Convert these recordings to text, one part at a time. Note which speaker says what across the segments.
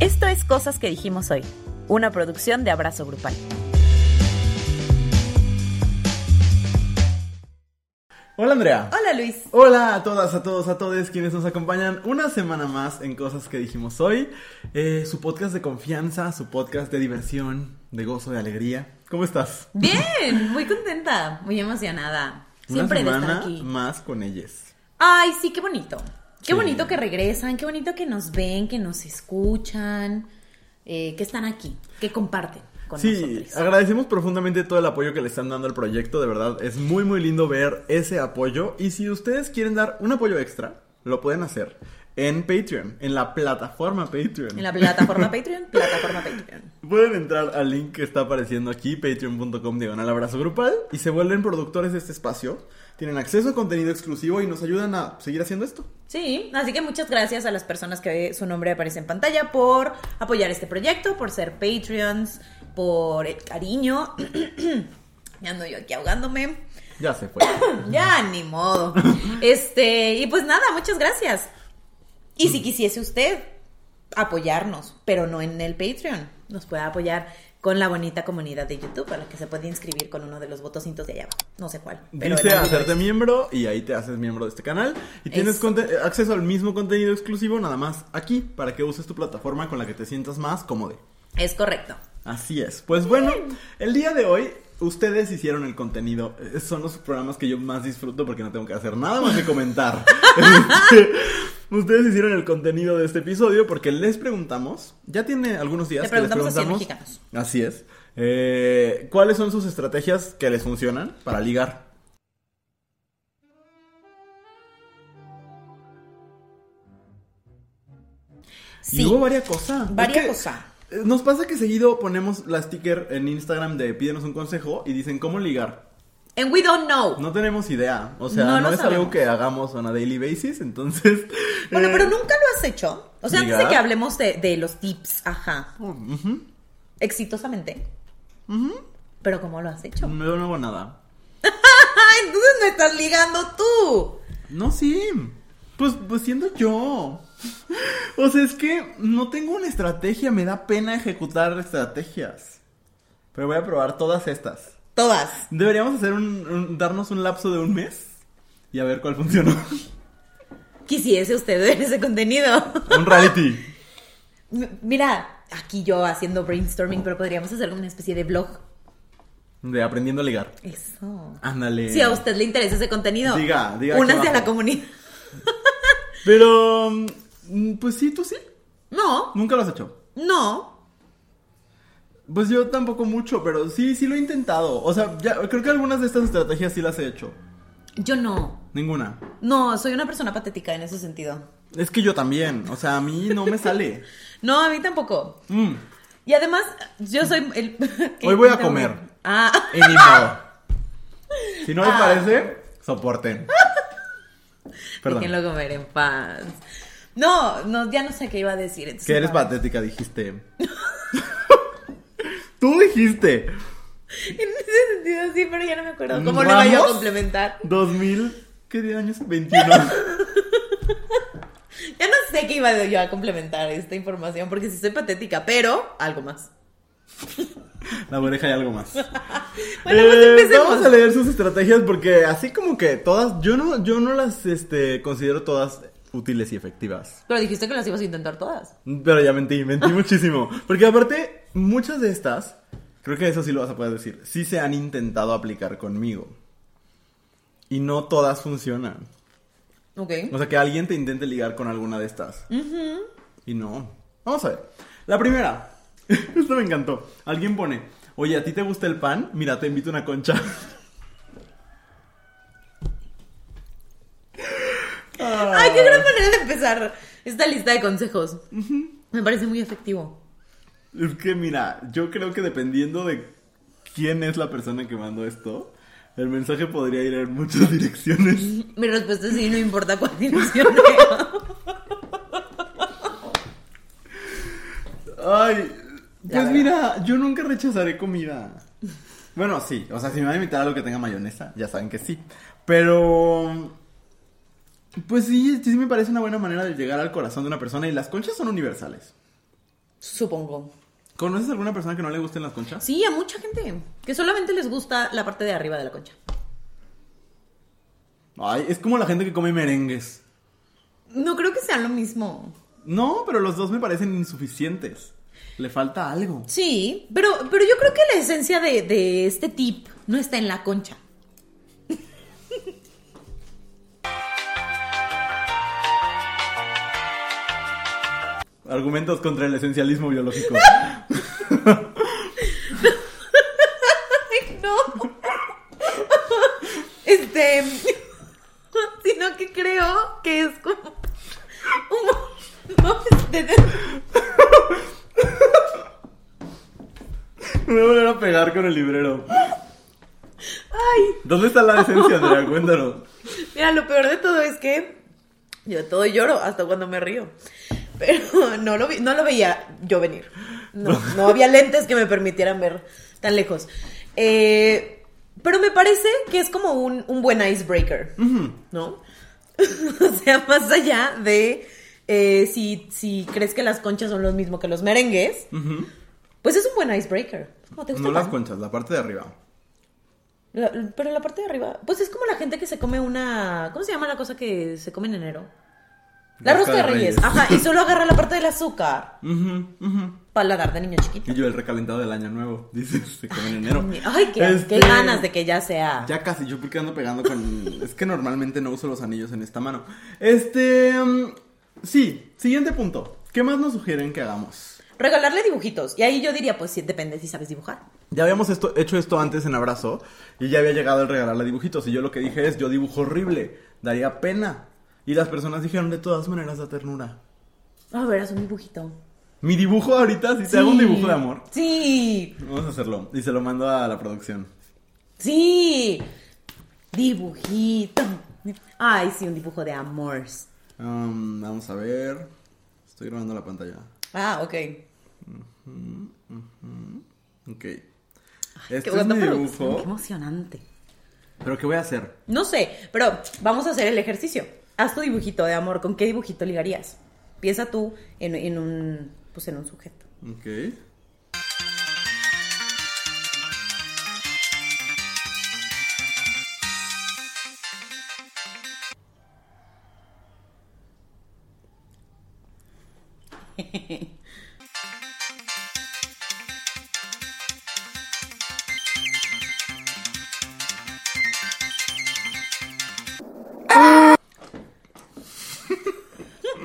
Speaker 1: Esto es Cosas que dijimos hoy, una producción de Abrazo Grupal.
Speaker 2: Hola Andrea.
Speaker 1: Hola Luis.
Speaker 2: Hola a todas, a todos, a todos quienes nos acompañan una semana más en Cosas que dijimos hoy. Eh, su podcast de confianza, su podcast de diversión, de gozo, de alegría. ¿Cómo estás?
Speaker 1: Bien, muy contenta, muy emocionada. Siempre
Speaker 2: una
Speaker 1: de estar
Speaker 2: semana
Speaker 1: aquí.
Speaker 2: más con ellas.
Speaker 1: Ay, sí, qué bonito. Qué
Speaker 2: Sí.
Speaker 1: bonito que regresan, qué bonito que nos ven, que nos escuchan, eh, que están aquí, que comparten con
Speaker 2: Sí,
Speaker 1: nosotros.
Speaker 2: agradecemos profundamente todo el apoyo que le están dando al proyecto, de verdad es muy muy lindo ver ese apoyo y si ustedes quieren dar un apoyo extra, lo pueden hacer en Patreon, en la plataforma Patreon.
Speaker 1: En la plataforma Patreon, plataforma Patreon.
Speaker 2: Pueden entrar al link que está apareciendo aquí, patreon.com diagonal abrazo grupal, y se vuelven productores de este espacio. Tienen acceso a contenido exclusivo y nos ayudan a seguir haciendo esto.
Speaker 1: Sí, así que muchas gracias a las personas que su nombre aparece en pantalla por apoyar este proyecto, por ser Patreons, por el cariño. ya ando yo aquí ahogándome.
Speaker 2: Ya se fue.
Speaker 1: Ya, ni modo. Este, y pues nada, muchas gracias. Y si quisiese usted apoyarnos, pero no en el Patreon, nos puede apoyar con la bonita comunidad de YouTube a la que se puede inscribir con uno de los botoncitos de allá abajo. No sé cuál. Pero
Speaker 2: Dice
Speaker 1: en algún
Speaker 2: hacerte
Speaker 1: lugar.
Speaker 2: miembro y ahí te haces miembro de este canal y tienes
Speaker 1: Eso.
Speaker 2: conte- acceso al mismo contenido exclusivo nada más aquí para que uses tu plataforma con la que te sientas más cómodo.
Speaker 1: Es correcto.
Speaker 2: Así es. Pues bueno, el día de hoy ustedes hicieron el contenido. Eh, Son los programas que yo más disfruto porque no tengo que hacer nada más que comentar. Este, ustedes hicieron el contenido de este episodio porque les preguntamos, ya tiene algunos días
Speaker 1: Le
Speaker 2: que les
Speaker 1: preguntamos a cien
Speaker 2: preguntamos.
Speaker 1: mexicanos.
Speaker 2: Así es. Eh, ¿Cuáles son sus estrategias que les funcionan para ligar?
Speaker 1: Sí.
Speaker 2: Y hubo varias cosas.
Speaker 1: Varia
Speaker 2: Es que,
Speaker 1: cosa.
Speaker 2: eh, Nos pasa que seguido ponemos la sticker en Instagram de pídenos un consejo y dicen cómo ligar.
Speaker 1: And we don't know.
Speaker 2: No tenemos idea, o sea,
Speaker 1: No
Speaker 2: no,
Speaker 1: lo
Speaker 2: es
Speaker 1: sabemos.
Speaker 2: algo que hagamos on a daily basis, entonces...
Speaker 1: Bueno,
Speaker 2: eh,
Speaker 1: pero nunca lo has hecho. O sea, antes de
Speaker 2: ¿Ligar?
Speaker 1: que hablemos de, de los tips, ajá,
Speaker 2: ujú,
Speaker 1: exitosamente. Pero ¿cómo lo has hecho?
Speaker 2: No, no hago nada.
Speaker 1: Ah, entonces me estás ligando tú.
Speaker 2: No, sí. Pues, pues siendo yo. O sea, es que no tengo una estrategia, me da pena ejecutar estrategias. Pero voy a probar todas estas.
Speaker 1: Todas.
Speaker 2: Deberíamos hacer un, un- darnos un lapso de un mes y a ver cuál funcionó.
Speaker 1: Quisiese usted ver ese contenido.
Speaker 2: un reality.
Speaker 1: M- Mira, aquí yo haciendo brainstorming, pero podríamos hacer una especie de blog.
Speaker 2: De aprendiendo a ligar.
Speaker 1: Eso.
Speaker 2: Ándale.
Speaker 1: Si a usted le interesa ese contenido,
Speaker 2: Eh, Diga, diga aquí
Speaker 1: únase a la
Speaker 2: abajo.
Speaker 1: comunidad.
Speaker 2: Pero... mm, Pues sí, tú sí.
Speaker 1: No,
Speaker 2: Nunca lo has hecho.
Speaker 1: no.
Speaker 2: Pues yo tampoco mucho, pero sí, sí lo he intentado. O sea, ya, creo que algunas de estas estrategias sí las he hecho.
Speaker 1: Yo no.
Speaker 2: Ninguna.
Speaker 1: No, soy una persona patética en ese sentido.
Speaker 2: Es que yo también. O sea, a mí no me sale.
Speaker 1: No, a mí tampoco.
Speaker 2: Mm,
Speaker 1: Y además, yo soy el...
Speaker 2: Hoy voy a comer.
Speaker 1: Ah,
Speaker 2: y ni modo. Si no les
Speaker 1: Ah.
Speaker 2: parece, soporten. Perdón.
Speaker 1: déjenlo comer en paz. No, no, ya no sé qué iba a decir. entonces,
Speaker 2: Que eres
Speaker 1: para-
Speaker 2: patética, dijiste. Tú dijiste.
Speaker 1: En ese sentido sí, pero ya no me acuerdo cómo lo iba yo a
Speaker 2: Ramos,
Speaker 1: complementar.
Speaker 2: 2000. ¿Qué años? 21.
Speaker 1: Ya no sé qué iba yo a complementar esta información porque sí soy patética, pero algo más.
Speaker 2: La oreja y algo más.
Speaker 1: Bueno, pues
Speaker 2: Eh,
Speaker 1: empecemos.
Speaker 2: Vamos a leer sus estrategias porque así como que todas, yo no, yo no las este, considero todas útiles y efectivas.
Speaker 1: Pero dijiste que las ibas a intentar todas.
Speaker 2: Pero ya mentí, mentí muchísimo. Porque aparte, muchas de estas, creo que eso sí lo vas a poder decir, sí se han intentado aplicar conmigo. Y no todas funcionan.
Speaker 1: Ok.
Speaker 2: O sea, que alguien te intente ligar con alguna de estas. Y no. Vamos a ver. La primera. Esto me encantó. Alguien pone, oye, ¿a ti te gusta el pan? Mira, te invito una concha.
Speaker 1: Ay, qué gran manera de empezar esta lista de consejos. Me parece muy efectivo.
Speaker 2: Es que mira, yo creo que dependiendo de quién es la persona que mandó esto, el mensaje podría ir en muchas direcciones.
Speaker 1: Mi respuesta es sí, no importa cuál dirección.
Speaker 2: Ay,
Speaker 1: Ya
Speaker 2: pues
Speaker 1: veo.
Speaker 2: mira, yo nunca rechazaré comida. Bueno, sí, o sea, si me van a invitar a algo que tenga mayonesa, ya saben que sí. Pero... Pues sí, sí me parece una buena manera de llegar al corazón de una persona y las conchas son universales.
Speaker 1: Supongo.
Speaker 2: ¿Conoces alguna persona que no le gusten las conchas?
Speaker 1: Sí, a mucha gente. Que solamente les gusta la parte de arriba de la concha.
Speaker 2: Ay, es como la gente que come merengues.
Speaker 1: No creo que sean lo mismo.
Speaker 2: No, pero los dos me parecen insuficientes. Le falta algo.
Speaker 1: Sí, pero, pero yo creo que la esencia de, de este tip no está en la concha.
Speaker 2: Argumentos contra el esencialismo biológico.
Speaker 1: Ay, no. Este. Sino que creo que es como. un- no, este,
Speaker 2: me voy a volver a pegar con el librero.
Speaker 1: Ay,
Speaker 2: ¿Dónde está la esencia, Andrea? Cuéntanos.
Speaker 1: mira, lo peor de todo es que. Yo de todo lloro hasta cuando me río. Pero no lo, vi- no lo veía yo venir. No, no había lentes que me permitieran ver tan lejos. Eh, pero me parece que es como un, un buen icebreaker.
Speaker 2: Ujú.
Speaker 1: ¿no? o sea, más allá de eh, si, si crees que las conchas son lo mismo que los merengues,
Speaker 2: Ujú.
Speaker 1: pues es un buen icebreaker. ¿Cómo te gusta?
Speaker 2: No las
Speaker 1: más?
Speaker 2: conchas, la parte de arriba.
Speaker 1: La- pero la parte de arriba, pues es como la gente que se come una... ¿Cómo se llama la cosa que se come en enero? La rosca de reyes. Ajá, y solo agarra la parte del azúcar.
Speaker 2: Ujú, ujú.
Speaker 1: Paladar de niño chiquito.
Speaker 2: Y yo el recalentado del año nuevo, dices, se come en enero.
Speaker 1: Ay, qué, qué
Speaker 2: Este,
Speaker 1: ganas de que ya sea.
Speaker 2: Ya casi, yo porque ando pegando con... es que normalmente no uso los anillos en esta mano. Este... mm, sí, siguiente punto. ¿Qué más nos sugieren que hagamos?
Speaker 1: Regalarle dibujitos. Y ahí yo diría, pues sí, depende si sabes dibujar.
Speaker 2: Ya habíamos esto, hecho esto antes en Abrazo y ya había llegado el regalarle dibujitos y yo lo que dije es, yo dibujo horrible, daría pena. Y las personas dijeron, de todas maneras, da ternura.
Speaker 1: A ver, haz un dibujito.
Speaker 2: Mi dibujo ahorita, si te hago un
Speaker 1: Sí.
Speaker 2: dibujo de amor.
Speaker 1: Sí.
Speaker 2: Vamos a hacerlo. Y se lo mando a la producción.
Speaker 1: Sí, dibujito. Ay, sí, un dibujo de amores.
Speaker 2: Um, vamos a ver. Estoy grabando la pantalla.
Speaker 1: Ah, ok.
Speaker 2: ¿Este Ok. Este
Speaker 1: Qué
Speaker 2: es mi
Speaker 1: buena producción, Qué
Speaker 2: dibujo.
Speaker 1: emocionante.
Speaker 2: Pero ¿qué voy a hacer?
Speaker 1: No sé, pero vamos a hacer el ejercicio. Haz tu dibujito de amor. ¿Con qué dibujito ligarías? Piensa tú en, en un, pues en un sujeto.
Speaker 2: Ok.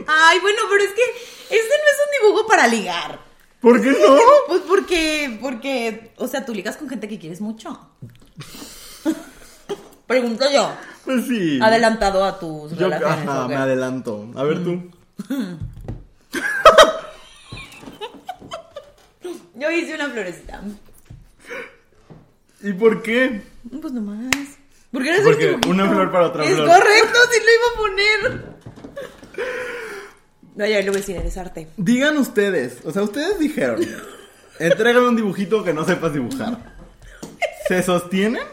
Speaker 1: Ay, bueno, pero es que este no es un dibujo para ligar.
Speaker 2: ¿Por qué no?
Speaker 1: Pues porque, porque, o sea, tú ligas con gente que quieres mucho. Pregunto yo,
Speaker 2: Pues sí.
Speaker 1: adelantado a tus
Speaker 2: Yo
Speaker 1: relaciones.
Speaker 2: ajá,
Speaker 1: ¿ok?
Speaker 2: me adelanto. A ver tú.
Speaker 1: Yo hice una florecita.
Speaker 2: ¿Y por qué?
Speaker 1: Pues nomás. Porque eres
Speaker 2: Porque una flor para otra
Speaker 1: Es
Speaker 2: flor.
Speaker 1: correcto, si lo iba a poner. No, ya lo voy a decir, eres arte.
Speaker 2: Digan ustedes. O sea, ustedes dijeron. Entrégame un dibujito que no sepas dibujar. ¿Se sostienen?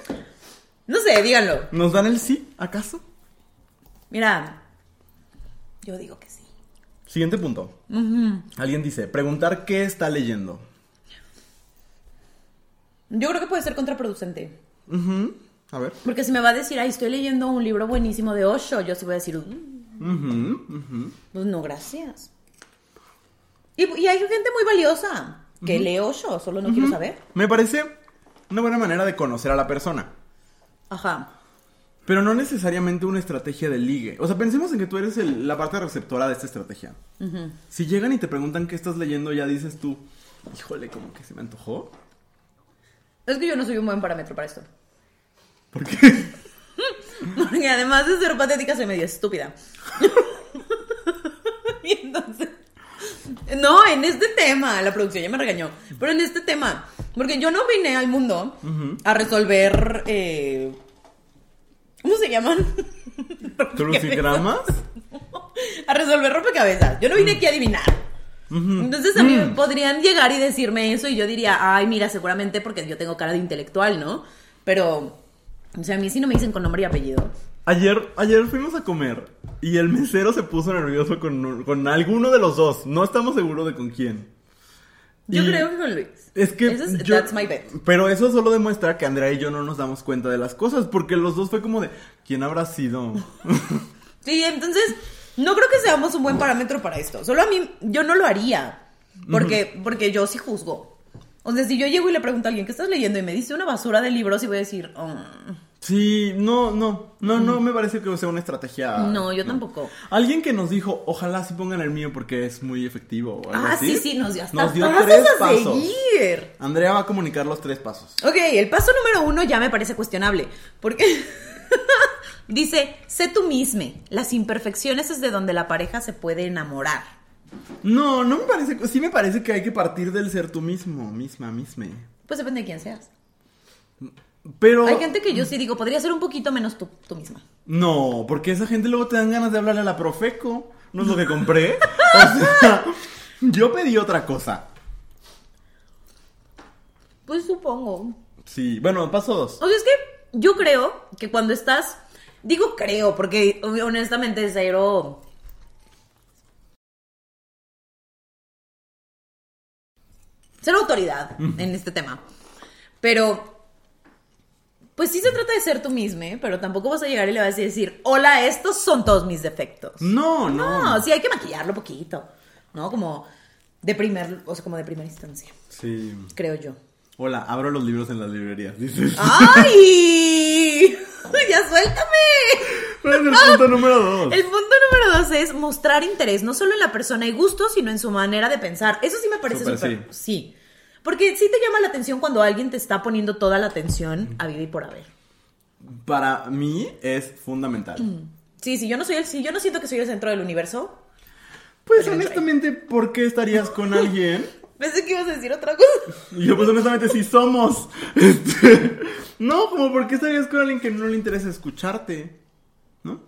Speaker 1: No sé, díganlo.
Speaker 2: ¿Nos dan el sí, acaso?
Speaker 1: Mira, yo digo que sí.
Speaker 2: Siguiente punto. Alguien dice, preguntar qué está leyendo.
Speaker 1: Yo creo que puede ser contraproducente.
Speaker 2: Ujú. A ver.
Speaker 1: Porque si me va a decir, ay, estoy leyendo un libro buenísimo de Osho, yo sí voy a decir, "Mm,
Speaker 2: Ujú, ujú.
Speaker 1: pues no, gracias. Y, y hay gente muy valiosa que lee Osho, solo no quiero saber.
Speaker 2: Me parece una buena manera de conocer a la persona.
Speaker 1: Ajá.
Speaker 2: Pero no necesariamente una estrategia de ligue. O sea, pensemos en que tú eres el- la parte receptora de esta estrategia. Si llegan y te preguntan qué estás leyendo, ya dices tú, híjole, como que se me antojó.
Speaker 1: Es que yo no soy un buen parámetro para esto.
Speaker 2: ¿Por qué?
Speaker 1: Porque además de ser patética, soy medio estúpida. y entonces. No, en este tema, la producción ya me regañó. Pero en este tema, porque yo no vine al mundo a resolver. eh, ¿Cómo se llaman?
Speaker 2: ¿Crucigramas?
Speaker 1: a resolver rompecabezas. Yo no vine aquí a adivinar. Entonces a mí me podrían llegar y decirme eso y yo diría, ay, mira, seguramente porque yo tengo cara de intelectual, ¿no? Pero, o sea, a mí sí no me dicen con nombre y apellido.
Speaker 2: Ayer, ayer fuimos a comer y el mesero se puso nervioso con, con alguno de los dos. No estamos seguros de con quién.
Speaker 1: Yo
Speaker 2: Y-
Speaker 1: creo que con Luis.
Speaker 2: Es que
Speaker 1: Eso es-
Speaker 2: yo-
Speaker 1: that's my bet.
Speaker 2: Pero eso solo demuestra que Andrea y yo no nos damos cuenta de las cosas, porque los dos fue como de ¿quién habrá sido?
Speaker 1: Sí, entonces, no creo que seamos un buen parámetro para esto. Solo a mí, yo no lo haría. Porque, porque yo sí juzgo. O sea, si yo llego y le pregunto a alguien que estás leyendo y me dice una basura de libros y voy a decir, "Mm,
Speaker 2: Sí, no, no, no, no me parece que sea una estrategia.
Speaker 1: no, yo tampoco.
Speaker 2: Alguien que nos dijo, ojalá sí pongan el mío porque es muy efectivo. o algo
Speaker 1: Ah,
Speaker 2: así,
Speaker 1: sí, sí, nos dio hasta
Speaker 2: nos dio
Speaker 1: pasos
Speaker 2: tres
Speaker 1: a
Speaker 2: pasos.
Speaker 1: seguir.
Speaker 2: Andrea va a comunicar los tres pasos.
Speaker 1: Ok, el paso número uno ya me parece cuestionable. Porque dice, sé tú mismo. Las imperfecciones es de donde la pareja se puede enamorar.
Speaker 2: No, no me parece, sí me parece que hay que partir del ser tú mismo, misma, misme.
Speaker 1: Pues depende de quién seas.
Speaker 2: Pero
Speaker 1: Hay gente que yo sí digo, podría ser un poquito menos tú, tú misma.
Speaker 2: no, porque esa gente luego te dan ganas de hablarle a la Profeco, no es lo que compré. O sea, yo pedí otra cosa.
Speaker 1: Pues supongo.
Speaker 2: Sí, bueno, paso dos.
Speaker 1: O sea, es que yo creo que cuando estás. Digo creo, porque hon- honestamente cero. Cero autoridad en este tema. Pero. Pues sí se trata de ser tú mismo, ¿eh? pero tampoco vas a llegar y le vas a decir: Hola, estos son todos mis defectos.
Speaker 2: No, no.
Speaker 1: No, sí hay que maquillarlo poquito. ¿No? Como de primer. O sea, como de primera instancia,
Speaker 2: Sí.
Speaker 1: creo yo.
Speaker 2: Hola, abro los libros en las librerías. Dices.
Speaker 1: Ah. ¡Ay! ¡Ya suéltame!
Speaker 2: Es el punto número dos.
Speaker 1: El punto número dos es mostrar interés, no solo en la persona y gusto, sino en su manera de pensar. Eso sí me parece
Speaker 2: Súper,
Speaker 1: súper. Sí. Porque sí te llama la atención cuando alguien te está poniendo toda la atención a vida y por haber.
Speaker 2: Para mí es fundamental.
Speaker 1: Mm. Sí, sí, yo no soy el, sí, yo no siento que soy el centro del universo.
Speaker 2: Pues honestamente, ¿por qué estarías con alguien?
Speaker 1: Pensé que ibas a decir otra cosa.
Speaker 2: Y yo, pues honestamente, sí somos. Este, no, como ¿por qué estarías con alguien que no le interesa escucharte? ¿No?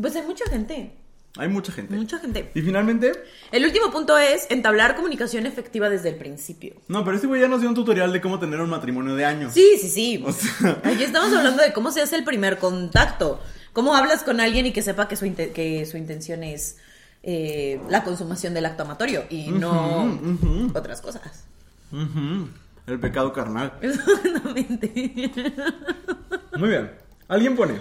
Speaker 1: Pues hay mucha gente.
Speaker 2: Hay mucha gente.
Speaker 1: Mucha gente.
Speaker 2: Y finalmente,
Speaker 1: El último punto es entablar comunicación efectiva desde el principio.
Speaker 2: no, pero este güey ya nos dio un tutorial de cómo tener un matrimonio de años.
Speaker 1: Sí, sí, sí.
Speaker 2: O sea-
Speaker 1: Aquí estamos hablando de cómo se hace el primer contacto. Cómo hablas con alguien y que sepa que su, inte- que su intención es eh, la consumación del acto amatorio y no
Speaker 2: Ujú, ujú.
Speaker 1: otras cosas.
Speaker 2: Ujú. El pecado carnal.
Speaker 1: Exactamente.
Speaker 2: Muy bien. Alguien pone.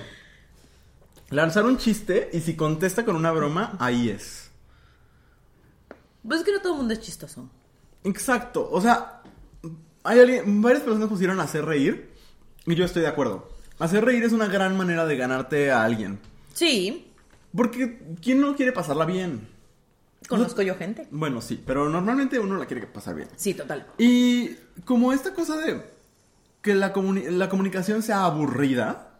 Speaker 2: Lanzar un chiste y si contesta con una broma, ahí es.
Speaker 1: Pues es que no todo el mundo es chistoso.
Speaker 2: Exacto. O sea, hay alguien, varias personas pusieron hacer reír y yo estoy de acuerdo. Hacer reír es una gran manera de ganarte a alguien.
Speaker 1: Sí,
Speaker 2: Porque ¿quién no quiere pasarla bien?
Speaker 1: conozco yo gente.
Speaker 2: Bueno, sí, pero normalmente uno la quiere pasar bien.
Speaker 1: Sí, total.
Speaker 2: Y como esta cosa de que la, comuni- la comunicación sea aburrida,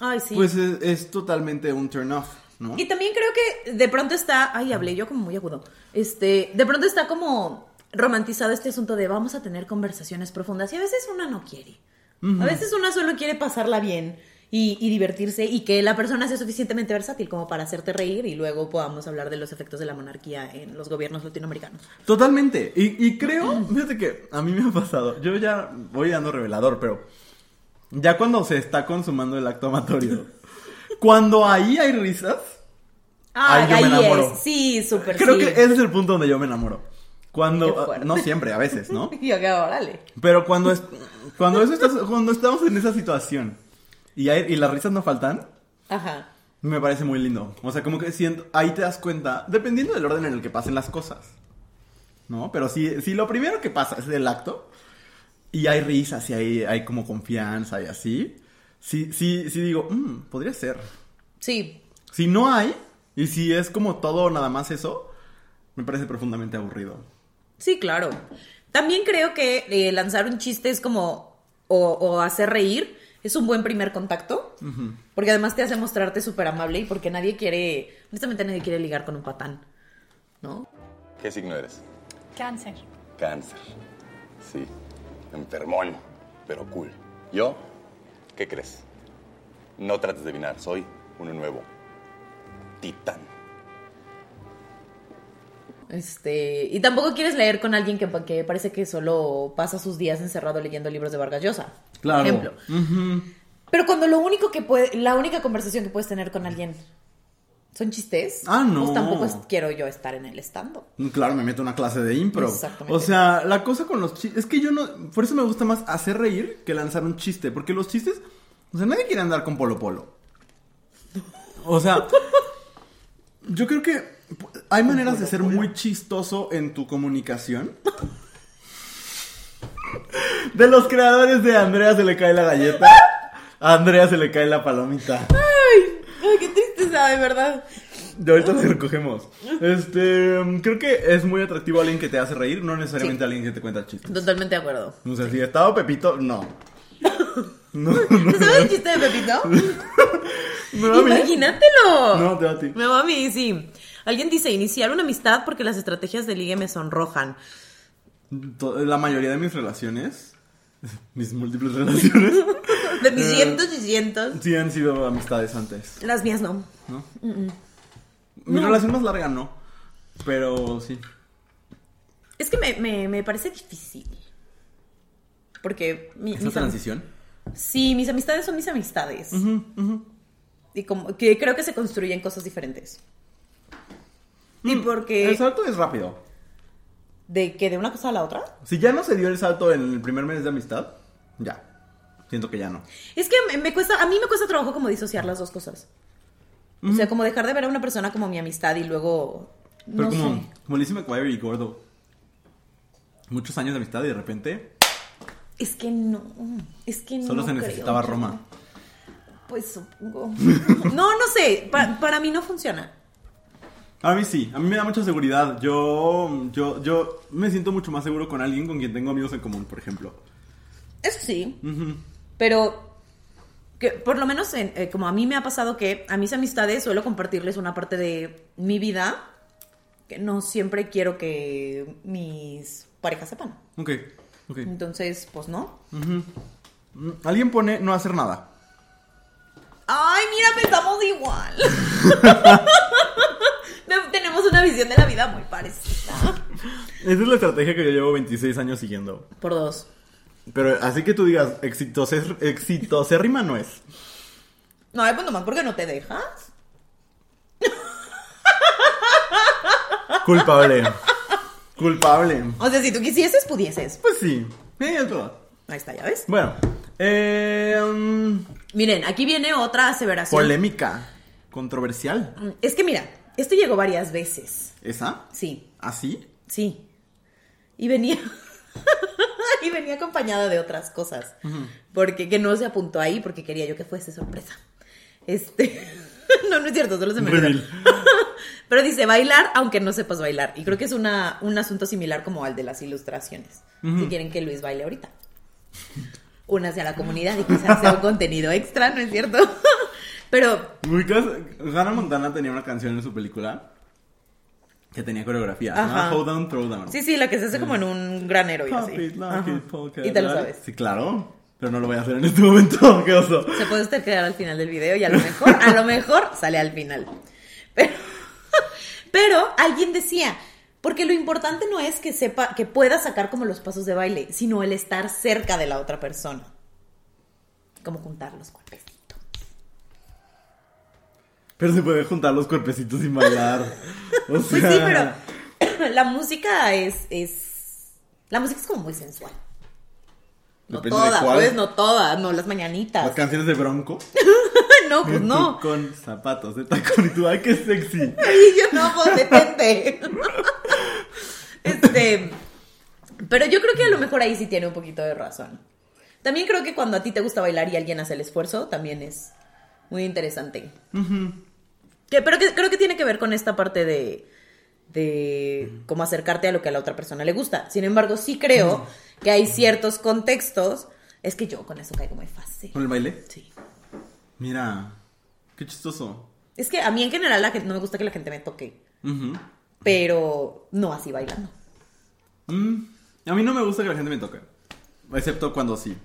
Speaker 1: Ay, sí.
Speaker 2: pues es, es totalmente un turn off, ¿no?
Speaker 1: Y también creo que de pronto está, ay, hablé yo como muy agudo. Este, de pronto está como romantizado este asunto de vamos a tener conversaciones profundas y a veces una no quiere. A veces una solo quiere pasarla bien y, y divertirse y que la persona sea suficientemente versátil como para hacerte reír y luego podamos hablar de los efectos de la monarquía en los gobiernos latinoamericanos.
Speaker 2: Totalmente. Y, y creo, fíjate que a mí me ha pasado. Yo ya voy dando revelador, pero ya cuando se está consumando el acto amatorio, cuando ahí hay risas, Ay, yo me enamoro.
Speaker 1: es. Sí, súper
Speaker 2: creo
Speaker 1: Pues sí.
Speaker 2: que ese es el punto donde yo me enamoro.
Speaker 1: Qué
Speaker 2: Cuando,
Speaker 1: fuerte.
Speaker 2: no siempre, a veces, ¿no?
Speaker 1: Y yo, que, órale.
Speaker 2: Pero cuando, es, cuando, eso estás- cuando estamos en esa situación y, hay- y las risas no faltan,
Speaker 1: Ajá.
Speaker 2: me parece muy lindo. O sea, como que siento, ahí te das cuenta, dependiendo del orden en el que pasen las cosas. ¿No? Pero si, si lo primero que pasa es el acto y hay risas y hay, hay como confianza y así, sí, sí, sí digo, "Mm, podría ser.
Speaker 1: Sí.
Speaker 2: Si no hay y si es como todo nada más eso, me parece profundamente aburrido.
Speaker 1: Sí, claro. También creo que eh, lanzar un chiste es como, o, o hacer reír, es un buen primer contacto, porque además te hace mostrarte súper amable y porque nadie quiere, honestamente nadie quiere ligar con un patán, ¿no?
Speaker 3: ¿Qué signo eres?
Speaker 4: Cáncer.
Speaker 3: Cáncer. Sí. Enfermón, pero cool. ¿Yo? ¿Qué crees? No trates de adivinar, soy uno nuevo. Titán.
Speaker 1: Este, y tampoco quieres leer con alguien que, que parece que solo pasa sus días encerrado leyendo libros de Vargas Llosa, por ejemplo.
Speaker 2: Ujú.
Speaker 1: Pero cuando lo único que puede, la única conversación que puedes tener con alguien Son chistes.
Speaker 2: Ah, no.
Speaker 1: Pues tampoco es- quiero yo estar en el estando.
Speaker 2: Claro, me meto a una clase de impro.
Speaker 1: Exactamente.
Speaker 2: O sea, la cosa con los chistes. Es que yo no. Por eso me gusta más hacer reír que lanzar un chiste. Porque los chistes. O sea, nadie quiere andar con Polo Polo. O sea. Yo creo que hay maneras de ser muy chistoso en tu comunicación. De los creadores de Andrea se le cae la galleta. A Andrea se le cae la palomita.
Speaker 1: Ay, qué tristeza, de verdad.
Speaker 2: De ahorita lo recogemos. Este, creo que es muy atractivo alguien que te hace reír, no necesariamente
Speaker 1: Sí.
Speaker 2: alguien que te cuenta chistes.
Speaker 1: Totalmente de acuerdo.
Speaker 2: No sé, si estaba Pepito, no. No,
Speaker 1: ¿No sabes el chiste de Pepito?
Speaker 2: me va a mí.
Speaker 1: Imagínatelo.
Speaker 2: No, te va a ti.
Speaker 1: Me va a mí, sí. Alguien dice, iniciar una amistad porque las estrategias de ligue me sonrojan.
Speaker 2: To- La mayoría de mis relaciones, mis múltiples relaciones,
Speaker 1: De mis
Speaker 2: Eh.
Speaker 1: cientos y cientos.
Speaker 2: sí han sido amistades antes,
Speaker 1: Las mías no.
Speaker 2: ¿no? Mi relación más larga no, pero sí.
Speaker 1: Es que me, me- me parece difícil. Porque mi,
Speaker 2: Esa
Speaker 1: mis, am-
Speaker 2: transición.
Speaker 1: sí, mis amistades son mis amistades. Y como que creo que se construyen cosas diferentes.
Speaker 2: Mm,
Speaker 1: Y porque
Speaker 2: El salto es rápido.
Speaker 1: de que de una cosa a la otra.
Speaker 2: Si ya no se dio el salto en el primer mes de amistad, ya. Siento que ya no.
Speaker 1: Es que me, me cuesta, a mí me cuesta trabajo como disociar las dos cosas. O sea, como dejar de ver a una persona como mi amistad y luego.
Speaker 2: Pero
Speaker 1: no
Speaker 2: como,
Speaker 1: sé.
Speaker 2: como Lizzie McGuire y Gordo. Muchos años de amistad y de repente
Speaker 1: Es que no. Es que no.
Speaker 2: solo se
Speaker 1: creo.
Speaker 2: necesitaba Roma.
Speaker 1: Pues supongo. No, no sé. Pa- para mí no funciona.
Speaker 2: A mí sí, a mí me da mucha seguridad. Yo, yo, yo me siento mucho más seguro con alguien con quien tengo amigos en común, por ejemplo.
Speaker 1: Eso sí.
Speaker 2: Ujú.
Speaker 1: Pero que por lo menos en- eh, como a mí me ha pasado que a mis amistades suelo compartirles una parte de mi vida que no siempre quiero que mis parejas sepan.
Speaker 2: Ok, ok.
Speaker 1: Entonces, pues no.
Speaker 2: Mm, Alguien pone no hacer nada.
Speaker 1: Ay, mira, pensamos igual. No, Tenemos una visión de la vida muy parecida.
Speaker 2: Esa es la estrategia que yo llevo 26 años siguiendo.
Speaker 1: Por dos.
Speaker 2: Pero así que tú digas, exitoser- exitosérrima no es.
Speaker 1: No, pues nomás porque no te dejas.
Speaker 2: Culpable. Culpable.
Speaker 1: O sea, si tú quisieses, pudieses.
Speaker 2: Pues sí. Eh, es verdad.
Speaker 1: Ahí está, ya ves.
Speaker 2: Bueno. Eh, mm,
Speaker 1: Miren, aquí viene otra aseveración. Mm,
Speaker 2: Polémica. Controversial.
Speaker 1: es que mira, esto llegó varias veces.
Speaker 2: ¿Esa?
Speaker 1: Sí,
Speaker 2: ¿Así?
Speaker 1: sí. Y venía. y venía acompañada de otras cosas. Porque que no se apuntó ahí porque quería yo que fuese sorpresa. Este. no, no es cierto, solo se me olvidó.
Speaker 2: Reveal.
Speaker 1: Pero dice bailar aunque no sepas bailar. Y creo que es una, un asunto similar como al de las ilustraciones. Si quieren que Luis baile ahorita. Únase a la comunidad y quizás sea un contenido extra, ¿no es cierto? Pero,
Speaker 2: Ubicas, Hannah Montana tenía una canción en su película que tenía coreografía. ¿no?
Speaker 1: Ajá.
Speaker 2: Hold on, throw down.
Speaker 1: sí, sí, la que se hace como en un granero y
Speaker 2: Pop
Speaker 1: así.
Speaker 2: it, lock
Speaker 1: Ajá.
Speaker 2: it, polka
Speaker 1: Y te lo
Speaker 2: dot.
Speaker 1: sabes.
Speaker 2: Sí, claro. Pero no lo voy a hacer en este momento. Qué oso.
Speaker 1: Se puede usted quedar al final del video y a lo mejor, a lo mejor sale al final. Pero, pero alguien decía, porque lo importante no es que sepa, que pueda sacar como los pasos de baile, sino el estar cerca de la otra persona. Como juntar los cuerpecitos.
Speaker 2: Pero se puede juntar los cuerpecitos sin bailar. O sea,
Speaker 1: Pues sí, pero la música es, es. La música es como muy sensual. No
Speaker 2: Depende de
Speaker 1: toda,
Speaker 2: cuál.
Speaker 1: pues no toda, no las mañanitas.
Speaker 2: Las canciones de Bronco.
Speaker 1: no, pues no.
Speaker 2: Con zapatos de tacón. Y tú, ay, qué sexy.
Speaker 1: Y yo no, pues detente. este. Pero yo creo que a lo mejor ahí sí tiene un poquito de razón. También creo que cuando a ti te gusta bailar y alguien hace el esfuerzo, también es muy interesante. Que- pero que, creo que tiene que ver con esta parte de, de cómo acercarte a lo que a la otra persona le gusta. Sin embargo, sí creo que hay ciertos contextos. Es que yo con eso caigo muy fácil.
Speaker 2: ¿Con el baile?
Speaker 1: Sí.
Speaker 2: Mira. Qué chistoso.
Speaker 1: Es que a mí en general la gente- no me gusta que la gente me toque,
Speaker 2: Ujú.
Speaker 1: pero no así bailando.
Speaker 2: Mm, a mí no me gusta que la gente me toque. Excepto cuando sí.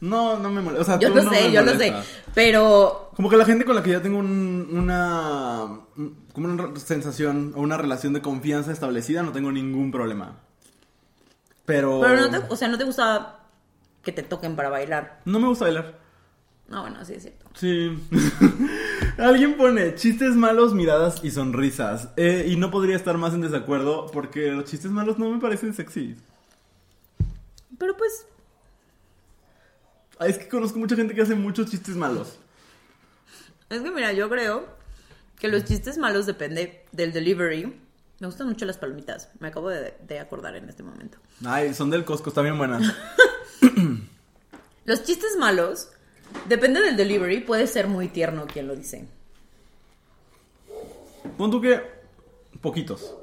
Speaker 2: No, no me molesta. O sea,
Speaker 1: Yo
Speaker 2: tú
Speaker 1: lo
Speaker 2: no
Speaker 1: sé,
Speaker 2: me
Speaker 1: yo lo sé.
Speaker 2: molestas.
Speaker 1: Pero
Speaker 2: Como que la gente con la que ya tengo un- una. un- Como una re- sensación o una relación de confianza establecida, no tengo ningún problema. Pero. Oh.
Speaker 1: Pero no te, o sea, no te gusta que te toquen para bailar.
Speaker 2: No me gusta bailar.
Speaker 1: No, bueno, sí es cierto.
Speaker 2: Sí. Alguien pone chistes malos, miradas y sonrisas. Eh, y no podría estar más en desacuerdo porque los chistes malos no me parecen sexy.
Speaker 1: Pero pues,
Speaker 2: Ah, Es que conozco mucha gente que hace muchos chistes malos.
Speaker 1: es que mira, yo creo que los chistes malos depende del delivery. Me gustan mucho las palomitas. Me acabo de, de acordar en este momento.
Speaker 2: Ay, son del Costco, están bien buenas.
Speaker 1: Los chistes malos depende del delivery. Puede ser muy tierno quien lo dice.
Speaker 2: Pon tú que poquitos.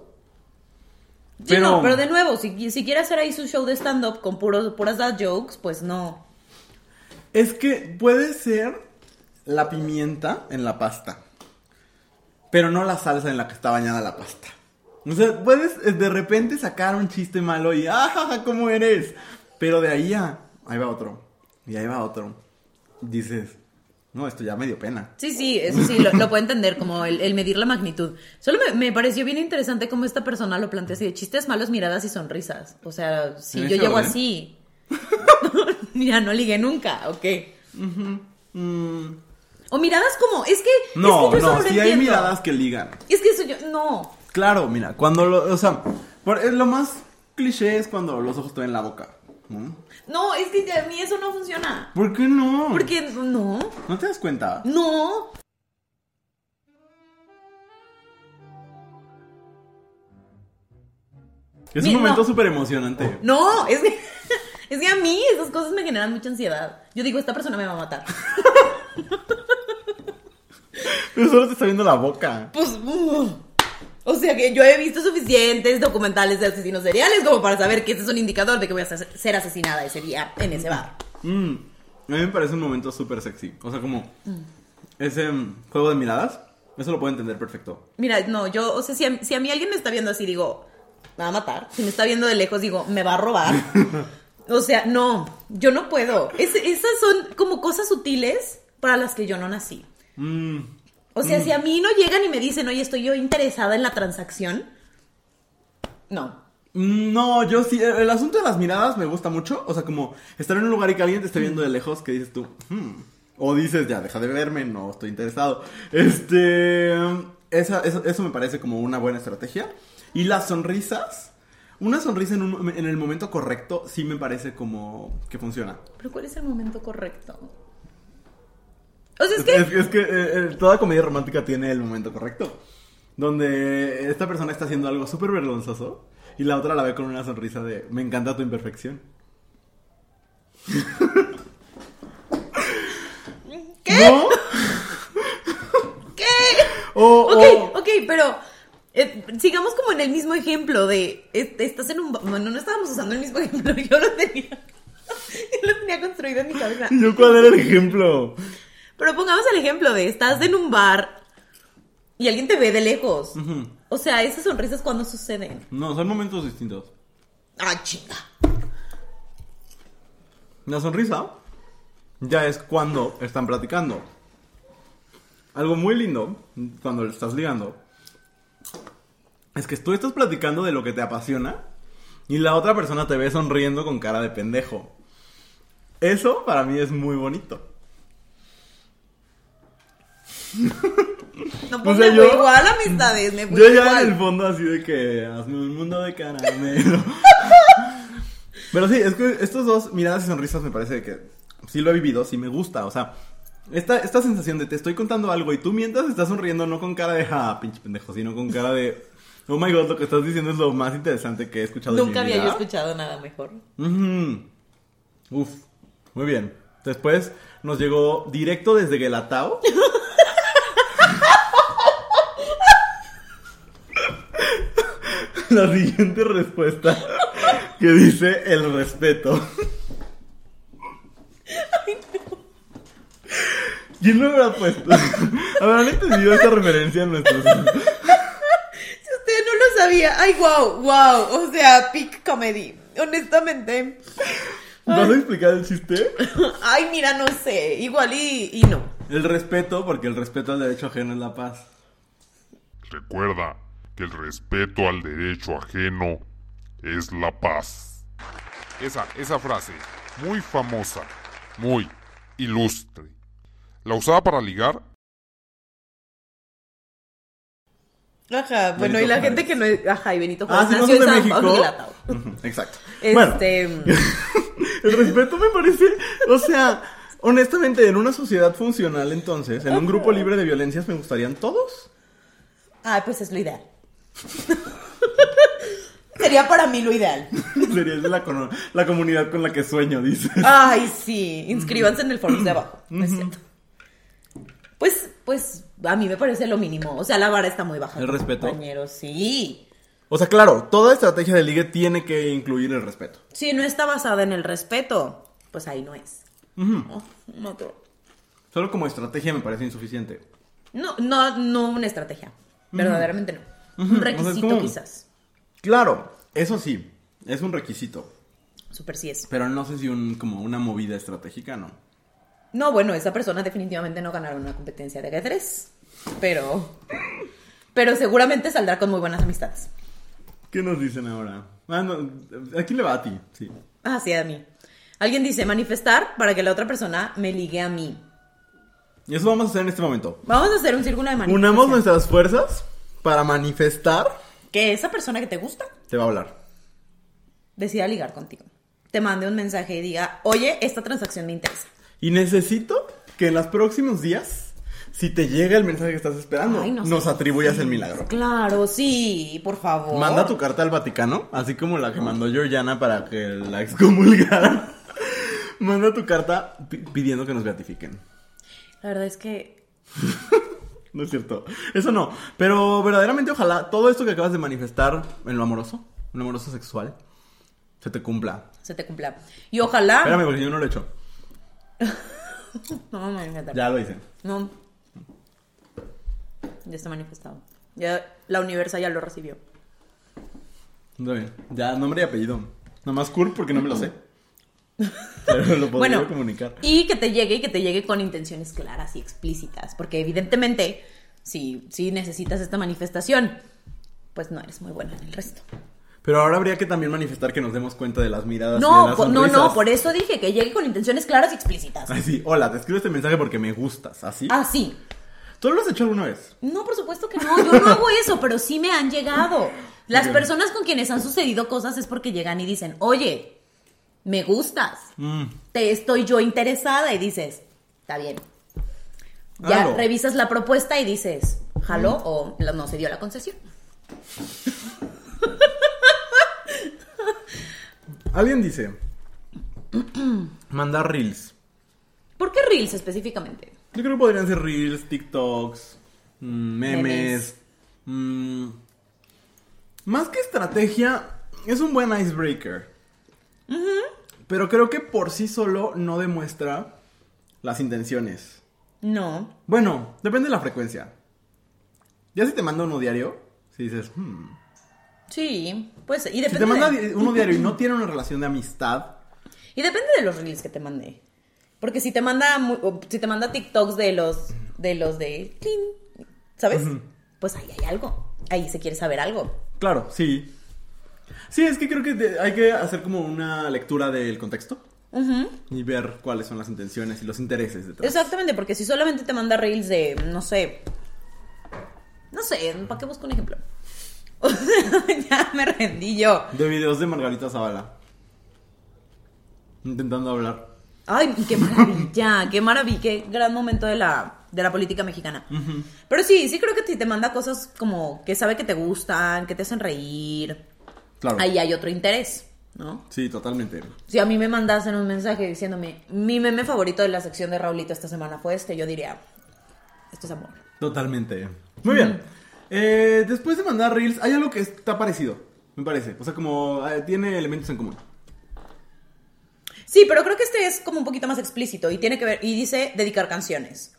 Speaker 1: Sí,
Speaker 2: Pero-
Speaker 1: no, pero de nuevo, si, si quiere hacer ahí su show de stand-up con puros, puras dad jokes, pues no.
Speaker 2: Es que puede ser la pimienta en la pasta, pero no la salsa en la que está bañada la pasta. O sea, puedes eh, de repente sacar un chiste malo y ¡ah, ja, ja, cómo eres! Pero de ahí a... Ahí va otro. Y ahí va otro. Dices, no, esto ya me dio pena.
Speaker 1: Sí, sí, eso sí, lo, lo puedo entender, como el, el medir la magnitud. Solo me, me pareció bien interesante cómo esta persona lo plantea así, de chistes malos, miradas y sonrisas. O sea, si
Speaker 2: En eh?
Speaker 1: yo
Speaker 2: ese
Speaker 1: llego
Speaker 2: orden.
Speaker 1: así, ya no ligué nunca, ¿ok?
Speaker 2: Mm,
Speaker 1: O miradas como, es que...
Speaker 2: no,
Speaker 1: es que yo eso
Speaker 2: no, si hay
Speaker 1: entiendo.
Speaker 2: miradas que ligan.
Speaker 1: Es que eso yo, no.
Speaker 2: Claro, mira, cuando lo, o sea, por- eh, lo más cliché es cuando los ojos te ven la boca. ¿no?
Speaker 1: No, es que a mí eso no funciona.
Speaker 2: ¿Por qué no?
Speaker 1: Porque, no,
Speaker 2: ¿No te das cuenta?
Speaker 1: no,
Speaker 2: Es
Speaker 1: Mi-
Speaker 2: un momento
Speaker 1: no.
Speaker 2: súper emocionante.
Speaker 1: No, es que, es que a mí esas cosas me generan mucha ansiedad. Yo digo, esta persona me va a matar.
Speaker 2: Pero solo te está viendo la boca.
Speaker 1: Pues, uf. o sea que yo he visto suficientes documentales de asesinos seriales como para saber que ese es un indicador de que voy a ser ser asesinada ese día en ese bar.
Speaker 2: Mm, a mí me parece un momento súper sexy. O sea, como ese mm, juego de miradas, eso lo puedo entender perfecto.
Speaker 1: Mira, no, yo, o sea, si a, si a mí alguien me está viendo así, digo, me va a matar. Si me está viendo de lejos, digo, me va a robar. O sea, no, yo no puedo. Es- esas son como cosas sutiles para las que yo no nací.
Speaker 2: Mm,
Speaker 1: O sea, si a mí no llegan y me dicen, oye, estoy yo interesada en la transacción. No.
Speaker 2: mm, no, yo sí, el, el asunto de las miradas me gusta mucho. O sea, como estar en un lugar y que alguien te esté viendo de lejos, que dices tú, "Hmm". o dices, ya, deja de verme, no estoy interesado. Este, esa- eso, eso me parece como una buena estrategia. Y las sonrisas, una sonrisa en, un- en el momento correcto sí me parece como que funciona.
Speaker 1: Pero ¿cuál es el momento correcto? O sea, es
Speaker 2: Es,
Speaker 1: que...
Speaker 2: es que eh, eh, toda comedia romántica tiene el momento correcto. Donde esta persona está haciendo algo súper vergonzoso y la otra la ve con una sonrisa de me encanta tu imperfección.
Speaker 1: ¿Qué?
Speaker 2: ¿No?
Speaker 1: ¿Qué?
Speaker 2: O, o-
Speaker 1: Ok, ok, pero... eh, sigamos como en el mismo ejemplo de... eh, Estás en un... ba- Bueno, no estábamos usando el mismo ejemplo. Yo lo tenía... Yo lo tenía construido en mi cabeza.
Speaker 2: ¿Y yo cuál era el ejemplo?
Speaker 1: Pero pongamos el ejemplo de... Estás en un bar y alguien te ve de lejos.
Speaker 2: Ujú.
Speaker 1: O sea, esas sonrisas cuando suceden.
Speaker 2: No, son momentos distintos.
Speaker 1: Ah, chinga.
Speaker 2: La sonrisa ya es cuando están platicando. Algo muy lindo cuando le estás ligando es que tú estás platicando de lo que te apasiona y la otra persona te ve sonriendo con cara de pendejo. Eso para mí es muy bonito.
Speaker 1: No,
Speaker 2: O
Speaker 1: pues
Speaker 2: sea,
Speaker 1: me
Speaker 2: yo-
Speaker 1: fue igual amistades, me fue
Speaker 2: Yo ya
Speaker 1: igual.
Speaker 2: en el fondo así de que hazme un mundo de caramelo. Pero sí, es que estos dos miradas y sonrisas me parece que sí lo he vivido, sí me gusta. O sea, esta, esta sensación de te estoy contando algo y tú mientras estás sonriendo no con cara de ja, pinche pendejo, sino con cara de oh my god, lo que estás diciendo es lo más interesante que he escuchado
Speaker 1: Nunca
Speaker 2: en mi
Speaker 1: había
Speaker 2: vida.
Speaker 1: yo escuchado nada mejor.
Speaker 2: Ujú. Uf, muy bien. Después nos llegó directo desde Guelatao. La siguiente respuesta que dice el respeto. ¿Quién lo habrá puesto? ¿Habrán entendido esta referencia en nuestros...
Speaker 1: Si usted no lo sabía, ay, wow, wow. O sea, peak comedy. Honestamente.
Speaker 2: ¿Vas a explicar el chiste?
Speaker 1: Ay, mira, no sé. Igual y, y no.
Speaker 2: El respeto, porque el respeto al derecho ajeno es la paz.
Speaker 4: Recuerda que el respeto al derecho ajeno es la paz. Esa, esa frase, muy famosa, muy ilustre, La usaba para ligar
Speaker 1: Ajá, bueno,
Speaker 2: Benito
Speaker 1: y la
Speaker 2: Juárez.
Speaker 1: gente que no es. Ajá, y Benito Juárez
Speaker 2: Ah, si no
Speaker 1: nació
Speaker 2: son
Speaker 1: en
Speaker 2: de
Speaker 1: San Pablo
Speaker 2: México.
Speaker 1: Guelatao.
Speaker 2: Ujú, Exacto. Bueno,
Speaker 1: Este.
Speaker 2: el respeto me parece, o sea, honestamente, en una sociedad funcional entonces, en un grupo libre de violencias me gustarían todos.
Speaker 1: Ay, pues es lo ideal. Sería para mí lo ideal.
Speaker 2: Sería la, cono- la comunidad con la que sueño, dice.
Speaker 1: Ay, sí. Inscríbanse en el foro de abajo. No es cierto. Pues, pues, a mí me parece lo mínimo. O sea, la vara está muy baja.
Speaker 2: ¿El respeto?
Speaker 1: compañeros. sí.
Speaker 2: O sea, claro, toda estrategia de ligue tiene que incluir el respeto.
Speaker 1: Si no está basada en el respeto, pues ahí no es. No, no, creo.
Speaker 2: Solo como estrategia me parece insuficiente.
Speaker 1: no, no, no una estrategia. Verdaderamente no.
Speaker 2: Ujú, o
Speaker 1: Un
Speaker 2: sea, es
Speaker 1: requisito
Speaker 2: como-
Speaker 1: quizás.
Speaker 2: Claro, eso sí, es un requisito.
Speaker 1: Super sí es.
Speaker 2: Pero no sé si un, como una movida estratégica, no.
Speaker 1: No, bueno, esa persona definitivamente no ganará una competencia de ajedrez. Pero. Pero seguramente saldrá con muy buenas amistades.
Speaker 2: ¿Qué nos dicen ahora? Ah, no, ¿A quién le va a ti? Sí.
Speaker 1: Ah, sí, a mí. Alguien dice manifestar para que la otra persona me ligue a mí.
Speaker 2: Y eso vamos a hacer en este momento.
Speaker 1: Vamos a hacer un círculo de manifestación.
Speaker 2: Unamos nuestras fuerzas para manifestar.
Speaker 1: Que esa persona que te gusta
Speaker 2: Te va a hablar.
Speaker 1: decida ligar contigo. Te mande un mensaje y diga, oye, esta transacción me interesa.
Speaker 2: Y necesito que en los próximos días, si te llega el mensaje que estás esperando,
Speaker 1: Ay, no sé.
Speaker 2: nos atribuyas el milagro.
Speaker 1: Claro, sí, por favor.
Speaker 2: Manda tu carta al Vaticano, así como la que mandó Georgiana para que la excomulgaran. Manda tu carta pi- pidiendo que nos beatifiquen.
Speaker 1: La verdad es que.
Speaker 2: No es cierto. Eso no. Pero verdaderamente ojalá todo esto que acabas de manifestar en lo amoroso, en lo amoroso sexual, se te cumpla.
Speaker 1: Se te cumpla. Y ojalá.
Speaker 2: Espérame, porque yo no lo he hecho.
Speaker 1: No, me encanta.
Speaker 2: Ya lo hice.
Speaker 1: No. Ya está manifestado. Ya la universa ya lo recibió.
Speaker 2: Está bien. Ya, nombre y apellido. Nomás cool porque no me lo sé. Pero lo podría
Speaker 1: bueno,
Speaker 2: comunicar.
Speaker 1: y que te llegue y que te llegue con intenciones claras y explícitas, porque evidentemente si si necesitas esta manifestación, pues no eres muy buena en el resto.
Speaker 2: Pero ahora habría que también manifestar que nos demos cuenta de las miradas. y de
Speaker 1: No,
Speaker 2: las
Speaker 1: po- no,
Speaker 2: sonrisas.
Speaker 1: no, por e- eso dije que llegue con intenciones claras y explícitas.
Speaker 2: Así, hola, te escribo este mensaje porque me gustas, así.
Speaker 1: Ah, sí.
Speaker 2: ¿Tú lo has hecho alguna vez?
Speaker 1: No, por supuesto que no, yo no hago eso, pero sí me han llegado. Las
Speaker 2: Ok.
Speaker 1: personas con quienes han sucedido cosas es porque llegan y dicen, "Oye, me gustas."
Speaker 2: Mm.
Speaker 1: te estoy yo interesada y dices, está bien. Ya
Speaker 2: Jalo.
Speaker 1: revisas la propuesta y dices, jaló
Speaker 2: Mm.
Speaker 1: o la- no se dio la concesión.
Speaker 2: Alguien dice: mandar reels.
Speaker 1: ¿Por qué Reels específicamente?
Speaker 2: Yo creo que podrían ser reels, TikToks, mm, memes.
Speaker 1: Memes.
Speaker 2: mm. más que estrategia, es un buen icebreaker. Pero creo que por sí solo no demuestra las intenciones.
Speaker 1: No.
Speaker 2: Bueno, depende de la frecuencia. Ya si te manda uno diario, si dices, "Hmm".
Speaker 1: Sí, pues, y
Speaker 2: si
Speaker 1: depende,
Speaker 2: te manda
Speaker 1: de,
Speaker 2: di- uno diario y no tiene una relación de amistad,
Speaker 1: y depende de los Reels que te mandé. Porque si te manda, mu- o si te manda TikToks de los de, los de clean, ¿sabes? Pues ahí hay algo. Ahí se quiere saber algo.
Speaker 2: claro, sí. Sí, es que creo que te- hay que hacer como una lectura del contexto.
Speaker 1: Ujú.
Speaker 2: Y ver cuáles son las intenciones y los intereses detrás.
Speaker 1: Exactamente, porque si solamente te manda reels de, no sé, no sé, ¿para qué busco un ejemplo? O sea, ya me rendí yo.
Speaker 2: De videos de Margarita Zavala. Intentando hablar.
Speaker 1: Ay, qué maravilla, qué maravilla, qué gran momento de la, de la política mexicana. Pero sí, sí creo que si te manda cosas como que sabe que te gustan, que te hacen reír,
Speaker 2: Claro.
Speaker 1: ahí hay otro interés, ¿no?
Speaker 2: Sí, totalmente.
Speaker 1: Si a mí me mandasen un mensaje diciéndome, mi meme favorito de la sección de Raulito esta semana fue este, yo diría, esto es amor.
Speaker 2: Totalmente. Muy bien. Eh, después de mandar reels, hay algo que está parecido, me parece. O sea, como eh, tiene elementos en común.
Speaker 1: Sí, pero creo que este es como un poquito más explícito y tiene que ver, y dice dedicar canciones.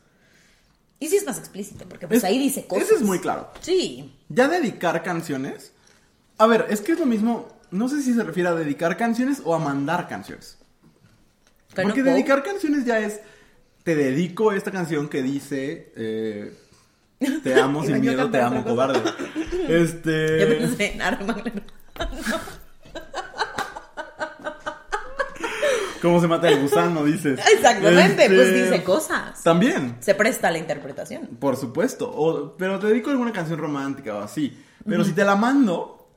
Speaker 1: Y sí es más explícito, porque pues
Speaker 2: Es-
Speaker 1: ahí dice cosas.
Speaker 2: Ese es muy claro.
Speaker 1: Sí.
Speaker 2: Ya dedicar canciones. A ver, es que es lo mismo. No sé si se refiere a dedicar canciones o a mandar canciones.
Speaker 1: Pero
Speaker 2: Porque
Speaker 1: no,
Speaker 2: dedicar canciones ya es. Te dedico esta canción que dice. eh, te amo
Speaker 1: Iba
Speaker 2: sin
Speaker 1: yo a
Speaker 2: miedo, te
Speaker 1: cantar
Speaker 2: amo
Speaker 1: otra
Speaker 2: cobarde.
Speaker 1: oh, Ya
Speaker 2: Este.
Speaker 1: pensé en Arma Grande.
Speaker 2: ¿Cómo se mata el gusano? Dices.
Speaker 1: Exactamente,
Speaker 2: Este,
Speaker 1: pues dice cosas.
Speaker 2: También,
Speaker 1: Se presta a la interpretación.
Speaker 2: por supuesto. O- pero te dedico alguna canción romántica o así. Pero si te la mando,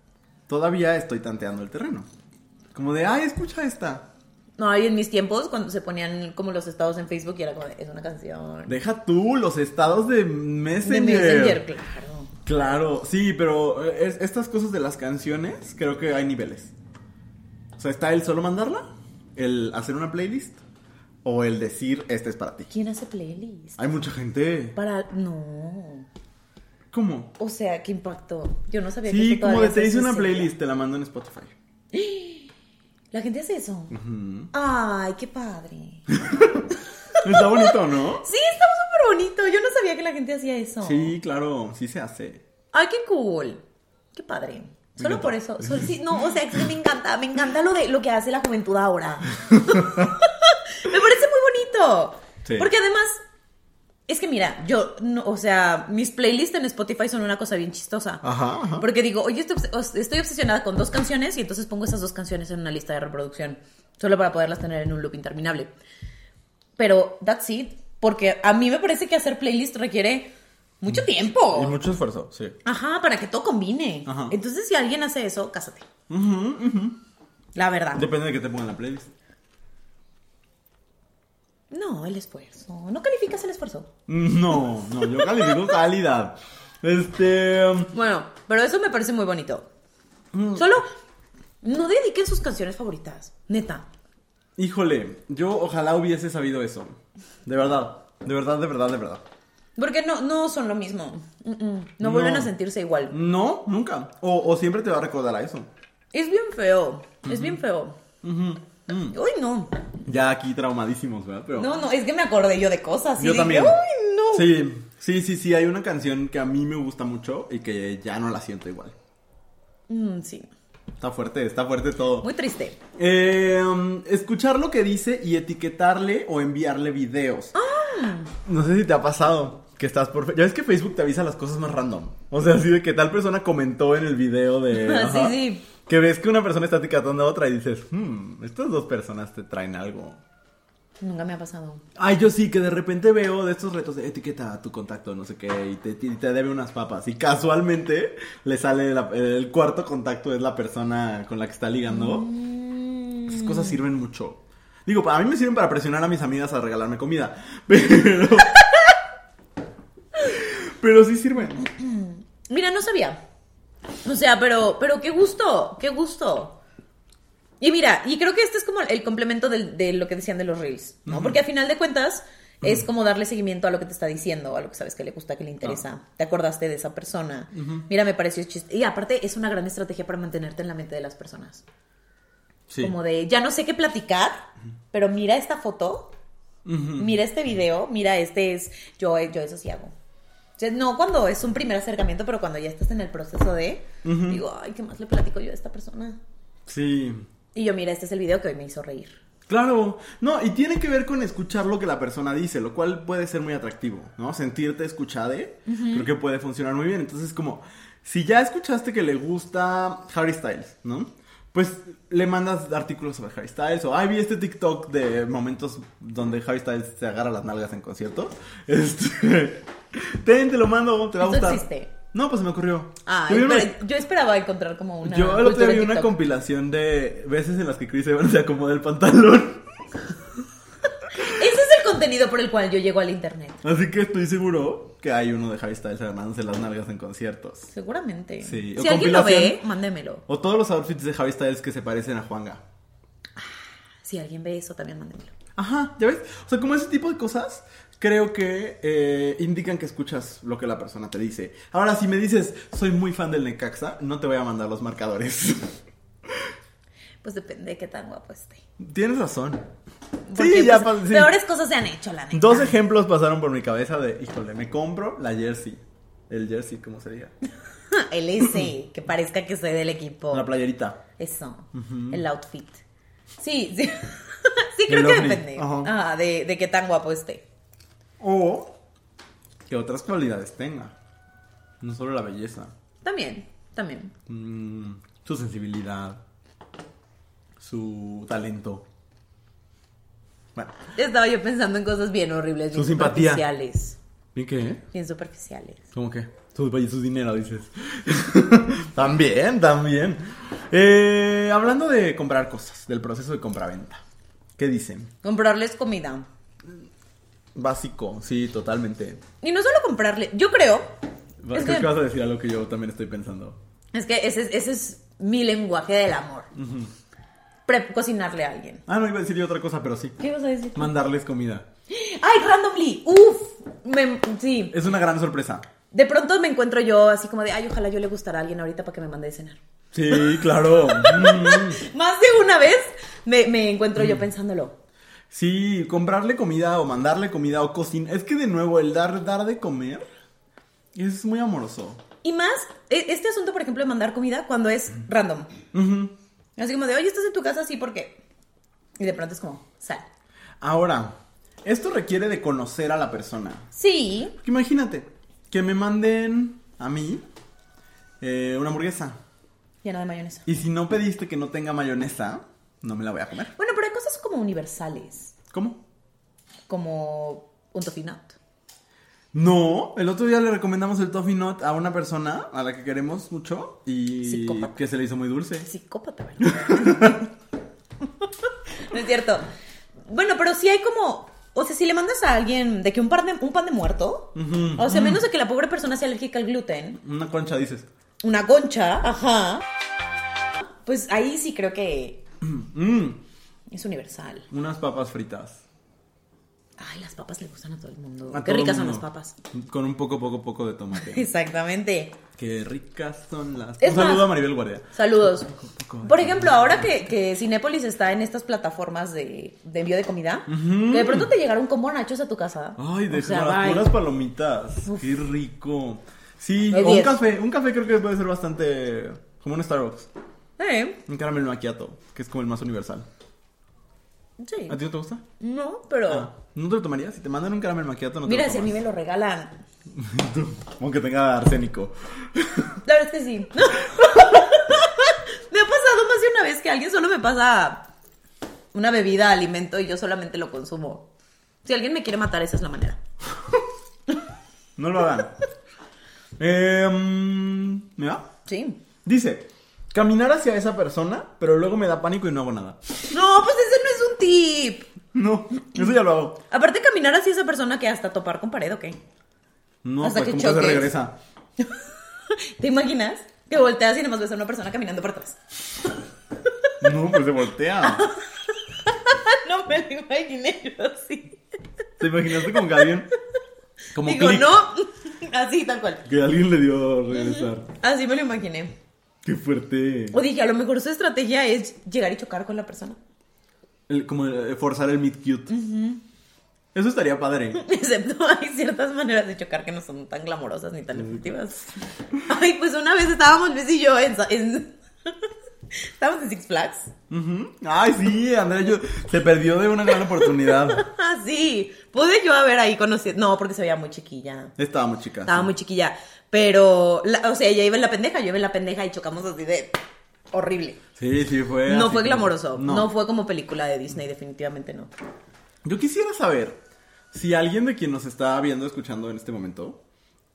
Speaker 2: todavía estoy tanteando el terreno. Como de, ay, escucha esta.
Speaker 1: No, ahí en mis tiempos, cuando se ponían como los estados en Facebook y era como, de, es una canción.
Speaker 2: Deja tú los estados
Speaker 1: De
Speaker 2: de Messenger.
Speaker 1: Messenger, claro.
Speaker 2: Claro, sí, pero eh, es- estas cosas de las canciones, creo que hay niveles. O sea, está el solo mandarla, el hacer una playlist o el decir, este es para ti.
Speaker 1: ¿Quién hace playlist?
Speaker 2: Hay mucha gente.
Speaker 1: Para. No.
Speaker 2: ¿Cómo?
Speaker 1: O sea, qué impactó. Yo no sabía que
Speaker 2: Sí,
Speaker 1: esto
Speaker 2: como de
Speaker 1: todavía
Speaker 2: te
Speaker 1: se
Speaker 2: hice una
Speaker 1: hacía.
Speaker 2: playlist, te la mando en Spotify.
Speaker 1: La gente hace eso. Ay, qué padre.
Speaker 2: Está bonito, ¿no?
Speaker 1: Sí, está súper bonito. Yo no sabía que la gente hacía eso.
Speaker 2: Sí, claro, sí se hace.
Speaker 1: Ay, qué cool. Qué padre. Solo
Speaker 2: encanta.
Speaker 1: por eso. Sol- sí, no, o sea, es que me encanta. Me encanta lo de lo que hace la juventud ahora. me parece muy bonito.
Speaker 2: Sí.
Speaker 1: Porque además, es que mira, yo, no, o sea, mis playlists en Spotify son una cosa bien chistosa.
Speaker 2: Ajá, ajá.
Speaker 1: Porque digo, oye, estoy, obs- os- estoy obsesionada con dos canciones y entonces pongo esas dos canciones en una lista de reproducción, solo para poderlas tener en un loop interminable. Pero that's it, porque a mí me parece que hacer playlist requiere Mm. mucho tiempo.
Speaker 2: Y mucho esfuerzo, sí.
Speaker 1: Ajá, para que todo combine.
Speaker 2: Ajá.
Speaker 1: Entonces, si alguien hace eso, cásate. La verdad.
Speaker 2: Depende de que te pongan la playlist.
Speaker 1: No, el esfuerzo. No calificas el esfuerzo.
Speaker 2: No, no, yo califico calidad. Este.
Speaker 1: Bueno, pero eso me parece muy bonito. Solo, no dediquen sus canciones favoritas. Neta.
Speaker 2: Híjole, yo ojalá hubiese sabido eso. De verdad, de verdad, de verdad, de verdad.
Speaker 1: Porque no, no son lo mismo. Mm, mm. No vuelven
Speaker 2: No.
Speaker 1: a sentirse igual.
Speaker 2: No, nunca. O, o siempre te va a recordar a eso.
Speaker 1: Es bien feo. Es bien feo.
Speaker 2: Mm-hmm.
Speaker 1: Uy, no.
Speaker 2: Ya aquí traumadísimos, ¿verdad? Mm. Pero
Speaker 1: No, no, es que me acordé yo de cosas. y
Speaker 2: yo
Speaker 1: dije,
Speaker 2: también.
Speaker 1: Uy, no.
Speaker 2: Sí, sí, sí, sí, hay una canción que a mí me gusta mucho y que ya no la siento igual.
Speaker 1: Mm, sí.
Speaker 2: Está fuerte, está fuerte todo.
Speaker 1: Muy triste.
Speaker 2: Eh, um, escuchar lo que dice y etiquetarle o enviarle videos.
Speaker 1: Ah.
Speaker 2: No sé si te ha pasado que estás por... fe- Ya ves que Facebook te avisa las cosas más random. O sea, así de que tal persona comentó en el video de...
Speaker 1: Ah, sí, sí.
Speaker 2: Que ves que una persona está etiquetando a otra y dices, hmm, estas dos personas te traen algo.
Speaker 1: Nunca me ha pasado.
Speaker 2: Ay, yo sí, que de repente veo de estos retos de etiqueta a tu contacto, no sé qué, y te, y te debe unas papas. Y casualmente le sale la- el cuarto contacto, es la persona con la que está ligando. Esas cosas sirven mucho. Digo, para mí me sirven para presionar a mis amigas a regalarme comida. Pero. pero sí sirven.
Speaker 1: Mira, no sabía. O sea, pero, pero qué gusto, qué gusto. Y mira, y creo que este es como el complemento del- de, lo que decían de los reels, ¿no? Porque a final de cuentas es como darle seguimiento a lo que te está diciendo, a lo que sabes que le gusta, que le interesa. Te acordaste de esa persona. Mira, me pareció chiste. Y aparte es una gran estrategia para mantenerte en la mente de las personas.
Speaker 2: Sí.
Speaker 1: Como de, ya no sé qué platicar, pero mira esta foto, mira este video, mira este es, yo, yo eso sí hago. O sea, no cuando es un primer acercamiento, pero cuando ya estás en el proceso de, digo, ay, ¿qué más le platico yo a esta persona?
Speaker 2: Sí.
Speaker 1: Y yo, mira, este es el video que hoy me hizo reír.
Speaker 2: Claro, no, y tiene que ver con escuchar lo que la persona dice, lo cual puede ser muy atractivo, ¿no? Sentirte escuchada, creo que puede funcionar muy bien. Entonces, como, si ya escuchaste que le gusta Harry Styles, ¿no? Pues le mandas artículos sobre Harry Styles o, ay, vi este TikTok de momentos donde Harry Styles se agarra las nalgas en concierto. Este, ten, te lo mando, te va a
Speaker 1: Eso
Speaker 2: gustar.
Speaker 1: existe.
Speaker 2: No, pues se me ocurrió.
Speaker 1: Ay,
Speaker 2: Yo vi
Speaker 1: pero
Speaker 2: una-
Speaker 1: yo esperaba encontrar como una.
Speaker 2: yo el otro
Speaker 1: cultura
Speaker 2: día vi una
Speaker 1: TikTok.
Speaker 2: compilación de veces en las que Chris Evans se acomoda el pantalón.
Speaker 1: Ese es el contenido por el cual yo llego al internet.
Speaker 2: Así que estoy seguro que hay uno de Harry Styles agarrándose las nalgas en conciertos.
Speaker 1: Seguramente.
Speaker 2: Sí, o
Speaker 1: Si alguien lo ve,
Speaker 2: compilación.
Speaker 1: mándemelo.
Speaker 2: O todos los outfits de Harry Styles que se parecen a Juanga.
Speaker 1: Si alguien ve eso, también mándemelo.
Speaker 2: Ajá, ¿ya ves? O sea, como ese tipo de cosas, creo que eh, indican que escuchas lo que la persona te dice. Ahora, si me dices, soy muy fan del Necaxa, no te voy a mandar los marcadores.
Speaker 1: Pues depende de qué tan guapo esté.
Speaker 2: Tienes razón.
Speaker 1: Porque,
Speaker 2: sí, ya
Speaker 1: pues,
Speaker 2: pa- sí.
Speaker 1: Peores cosas se han hecho, la neta.
Speaker 2: Dos ejemplos pasaron por mi cabeza de, híjole, me compro la jersey. El jersey, ¿cómo sería?
Speaker 1: El ese, que parezca que soy del equipo.
Speaker 2: La playerita.
Speaker 1: Eso, el outfit. Sí, sí. sí,
Speaker 2: El
Speaker 1: creo que
Speaker 2: ovni,
Speaker 1: depende.
Speaker 2: ajá.
Speaker 1: Ah, de, de qué tan guapo esté.
Speaker 2: O que otras cualidades tenga. No solo la belleza.
Speaker 1: También, también.
Speaker 2: Mm, su sensibilidad. Su talento. Bueno,
Speaker 1: Estaba yo pensando en cosas bien horribles, bien
Speaker 2: Su simpatía.
Speaker 1: superficiales.
Speaker 2: ¿y qué?
Speaker 1: Bien superficiales.
Speaker 2: ¿Cómo qué? Sus, oye, sus dinero, dices. también, también. Eh, hablando de comprar cosas, del proceso de compraventa. ¿Qué dicen?
Speaker 1: Comprarles comida.
Speaker 2: Básico, sí, totalmente.
Speaker 1: Y no solo comprarle, yo creo.
Speaker 2: Va-
Speaker 1: Es
Speaker 2: Creo
Speaker 1: que-
Speaker 2: que vas a decir algo que yo también estoy pensando.
Speaker 1: Es que ese, es- ese es mi lenguaje del amor. Pre- cocinarle a alguien.
Speaker 2: Ah, no, iba a decir yo otra cosa, pero sí.
Speaker 1: ¿Qué ibas a decir?
Speaker 2: Mandarles comida.
Speaker 1: ¡Ay, randomly! ¡Uf! Me- sí.
Speaker 2: Es una gran sorpresa.
Speaker 1: De pronto me encuentro yo así como de, ay, ojalá yo le gustara a alguien ahorita para que me mande de cenar.
Speaker 2: Sí, claro. Mm.
Speaker 1: Más de una vez me, me encuentro yo pensándolo.
Speaker 2: Sí, comprarle comida o mandarle comida o cocinar. Es que de nuevo, el dar, dar de comer es muy amoroso.
Speaker 1: Y más, e- este asunto, por ejemplo, de mandar comida cuando es random.
Speaker 2: Ujú.
Speaker 1: Así como de, oye, estás en tu casa, sí, ¿por qué? Y de pronto es como, sal.
Speaker 2: Ahora, esto requiere de conocer a la persona.
Speaker 1: Sí.
Speaker 2: Porque imagínate que me manden a mí eh, una hamburguesa.
Speaker 1: Lleno de mayonesa.
Speaker 2: Y si no pediste que no tenga mayonesa, no me la voy a comer.
Speaker 1: Bueno, pero hay cosas como universales,
Speaker 2: ¿Cómo?
Speaker 1: como un toffee nut.
Speaker 2: No, el otro día le recomendamos el Toffee Nut a una persona a la que queremos mucho y
Speaker 1: Psicópata.
Speaker 2: que se le hizo muy dulce.
Speaker 1: Psicópata, ¿verdad? no es cierto. Bueno, pero sí hay como. O sea, si le mandas a alguien de que un pan de, un pan de muerto,
Speaker 2: Ujú,
Speaker 1: o sea, menos de que la pobre persona sea alérgica al gluten,
Speaker 2: Una concha, dices.
Speaker 1: una concha, ajá, pues ahí sí creo que
Speaker 2: Mm,
Speaker 1: es universal.
Speaker 2: unas papas fritas.
Speaker 1: Ay, las papas le gustan a todo el mundo.
Speaker 2: A
Speaker 1: Qué
Speaker 2: todo
Speaker 1: ricas son
Speaker 2: mundo.
Speaker 1: las papas.
Speaker 2: Con un poco, poco, poco de tomate.
Speaker 1: Exactamente.
Speaker 2: Qué ricas son las.
Speaker 1: Es
Speaker 2: un saludo
Speaker 1: más-
Speaker 2: a Maribel Guardia.
Speaker 1: Saludos.
Speaker 2: poco de
Speaker 1: Por ejemplo, ahora que, que Cinépolis está en estas plataformas de, de envío de comida, que de pronto te llegará un combo nachos a tu casa.
Speaker 2: Ay, de
Speaker 1: O sea,
Speaker 2: las
Speaker 1: bye.
Speaker 2: puras palomitas. Qué rico. Sí,
Speaker 1: De
Speaker 2: o un
Speaker 1: diez.
Speaker 2: café. Un café creo que puede ser bastante. Como un Starbucks.
Speaker 1: Eh,
Speaker 2: Un caramelo macchiato, que es como el más universal.
Speaker 1: sí.
Speaker 2: ¿A ti no te gusta?
Speaker 1: No, pero.
Speaker 2: Ah, ¿No te lo tomarías? Si te mandan un caramelo macchiato, no te
Speaker 1: mira,
Speaker 2: lo
Speaker 1: si a mí
Speaker 2: tomas.
Speaker 1: me lo regalan.
Speaker 2: Aunque tenga arsénico.
Speaker 1: La verdad es que sí. me ha pasado más de una vez que alguien solo me pasa una bebida, alimento y yo solamente lo consumo. Si alguien me quiere matar, esa es la manera.
Speaker 2: No lo hagan. Eh, mm, ¿Me va?
Speaker 1: Sí.
Speaker 2: Dice, caminar hacia esa persona, pero luego me da pánico y no hago nada.
Speaker 1: No, pues ese no es un tip.
Speaker 2: No, eso ya lo hago.
Speaker 1: Aparte, caminar así esa persona que hasta topar con pared, ¿ok?
Speaker 2: No,
Speaker 1: Hasta
Speaker 2: pues
Speaker 1: que
Speaker 2: como que se
Speaker 1: choques.
Speaker 2: regresa.
Speaker 1: ¿Te imaginas? Que volteas y nomás ves a una persona caminando por atrás.
Speaker 2: No, pues se voltea.
Speaker 1: Ah, no me lo imaginé yo así.
Speaker 2: ¿Te imaginaste como que alguien... Como
Speaker 1: Digo,
Speaker 2: clic,
Speaker 1: no. Así, tal cual.
Speaker 2: Que alguien le dio a regresar.
Speaker 1: Así me lo imaginé.
Speaker 2: Qué fuerte.
Speaker 1: O dije, a lo mejor su estrategia es llegar y chocar con la persona.
Speaker 2: El- como eh, forzar el meet cute. Eso estaría padre.
Speaker 1: Excepto hay ciertas maneras de chocar que no son tan glamorosas ni tan efectivas. Ay, pues una vez estábamos Luis y yo en... Sa- en- estábamos en Six Flags.
Speaker 2: Ujú. Ay, sí, Andrea yo, se perdió de una gran oportunidad.
Speaker 1: Ah, sí. Pude yo haber ahí conocido... No, porque se veía muy chiquilla.
Speaker 2: Estábamos chicas.
Speaker 1: Estaba muy chiquilla. Pero, la- o sea, ella iba en la pendeja, yo iba en la pendeja y chocamos así de... Horrible.
Speaker 2: Sí, sí, fue...
Speaker 1: No
Speaker 2: así
Speaker 1: fue
Speaker 2: como-
Speaker 1: glamoroso. No. fue como película de Disney, definitivamente no.
Speaker 2: Yo quisiera saber si alguien de quien nos está viendo, escuchando en este momento,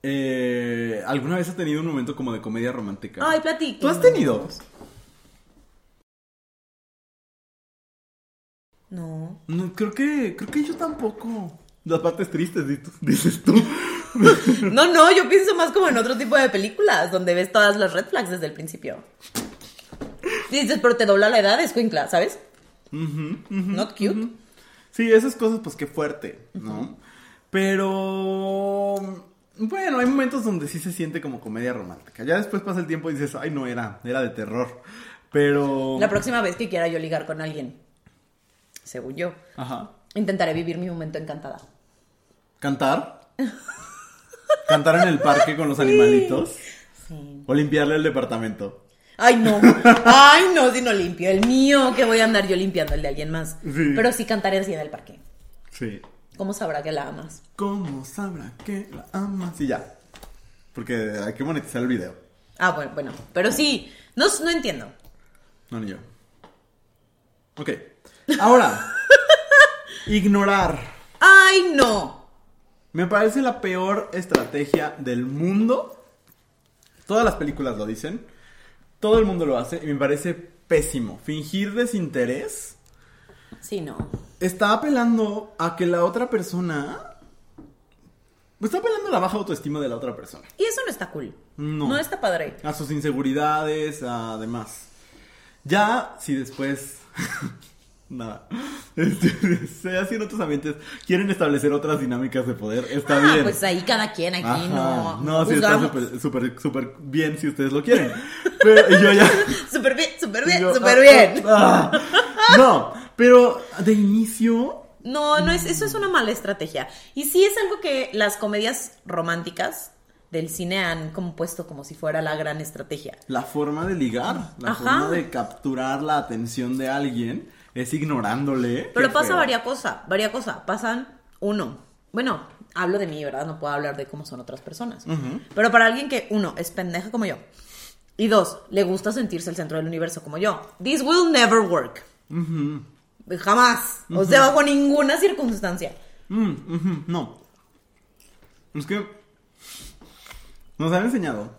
Speaker 2: eh, alguna vez ha tenido un momento como de comedia romántica.
Speaker 1: Ay, platíquenos.
Speaker 2: ¿Tú has tenido?
Speaker 1: No.
Speaker 2: No, creo que, creo que yo tampoco. Las partes tristes, di- dices tú.
Speaker 1: No, no, yo pienso más como en otro tipo de películas, donde ves todas las red flags desde el principio. Y dices, pero te dobla la edad, es cuincla, ¿sabes? Not cute.
Speaker 2: Sí, esas cosas, pues qué fuerte, ¿no? Pero. Bueno, hay momentos donde sí se siente como comedia romántica. Ya después pasa el tiempo y dices, ay, no era, era de terror. Pero.
Speaker 1: La próxima vez que quiera yo ligar con alguien, según yo,
Speaker 2: Ajá.
Speaker 1: intentaré vivir mi momento encantada.
Speaker 2: ¿Cantar? ¿Cantar en el parque con los animalitos?
Speaker 1: Sí.
Speaker 2: ¿O limpiarle el departamento?
Speaker 1: Ay, no. Ay, no, si no limpio el mío, que voy a andar yo limpiando el de alguien más.
Speaker 2: Sí.
Speaker 1: Pero sí cantaré así en el parque.
Speaker 2: Sí.
Speaker 1: ¿Cómo sabrá que la amas?
Speaker 2: ¿Cómo sabrá que la amas? Y ya. Porque hay que monetizar el video.
Speaker 1: Ah, bueno, bueno. Pero sí, no, no entiendo.
Speaker 2: No, ni yo. Ok. Ahora, Ignorar.
Speaker 1: ¡Ay, no!
Speaker 2: Me parece la peor estrategia del mundo. Todas las películas lo dicen. Todo el mundo lo hace y me parece pésimo. Fingir desinterés
Speaker 1: Sí, no.
Speaker 2: está apelando a que la otra persona... Está apelando a la baja autoestima de la otra persona.
Speaker 1: Y eso no está cool.
Speaker 2: No.
Speaker 1: No está padre.
Speaker 2: A sus inseguridades, a demás. Ya, si después. Nada. Este, se hace en otros ambientes. Quieren establecer otras dinámicas de poder. Está
Speaker 1: ah,
Speaker 2: bien.
Speaker 1: pues ahí cada quien, aquí
Speaker 2: Ajá.
Speaker 1: no.
Speaker 2: No, sí, está
Speaker 1: juzgamos.
Speaker 2: súper, súper, súper bien si ustedes lo quieren. Pero y yo ya.
Speaker 1: Súper bien, súper bien,
Speaker 2: yo,
Speaker 1: súper
Speaker 2: ah,
Speaker 1: bien.
Speaker 2: ah, ah. No, pero de inicio.
Speaker 1: No, no es, eso es una mala estrategia. Y sí es algo que las comedias románticas del cine han como puesto como si fuera la gran estrategia.
Speaker 2: La forma de ligar, la
Speaker 1: Ajá.
Speaker 2: forma de capturar la atención de alguien es ignorándole.
Speaker 1: Pero
Speaker 2: Qué
Speaker 1: pasa
Speaker 2: feo.
Speaker 1: varias cosas, varias cosas. Pasan uno. Bueno, hablo de mí, ¿verdad? No puedo hablar de cómo son otras personas. Pero para alguien que, uno, es pendeja como yo. Y dos, le gusta sentirse el centro del universo como yo. This will never work. Jamás. O sea, bajo ninguna circunstancia.
Speaker 2: Mm, ujú, no. Es que nos han enseñado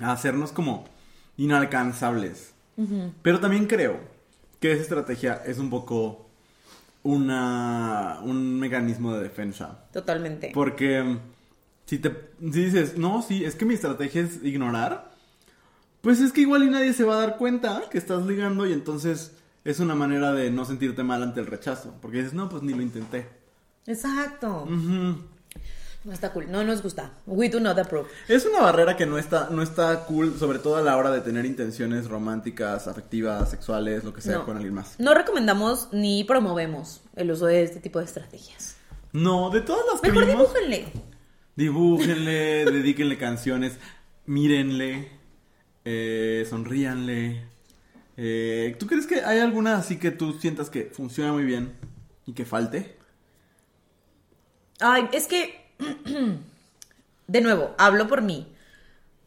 Speaker 2: a hacernos como inalcanzables. Pero también creo que esa estrategia es un poco una, un mecanismo de defensa.
Speaker 1: Totalmente.
Speaker 2: Porque mm, si te si dices, no, sí, es que mi estrategia es ignorar, pues es que igual y nadie se va a dar cuenta que estás ligando y entonces es una manera de no sentirte mal ante el rechazo. Porque dices, no, pues ni lo intenté.
Speaker 1: Exacto.
Speaker 2: Ujú.
Speaker 1: No está cool. No nos gusta. We do not approve.
Speaker 2: Es una barrera que no está, no está cool, sobre todo a la hora de tener intenciones románticas, afectivas, sexuales, lo que sea
Speaker 1: No.
Speaker 2: con alguien más.
Speaker 1: No recomendamos ni promovemos el uso de este tipo de estrategias.
Speaker 2: No, de todas las que
Speaker 1: Mejor
Speaker 2: vimos,
Speaker 1: dibújenle.
Speaker 2: dibújenle, dedíquenle canciones, mírenle, eh, sonríanle. Eh, ¿Tú crees que hay alguna así que tú sientas que funciona muy bien y que falte?
Speaker 1: Ay, es que, de nuevo, hablo por mí.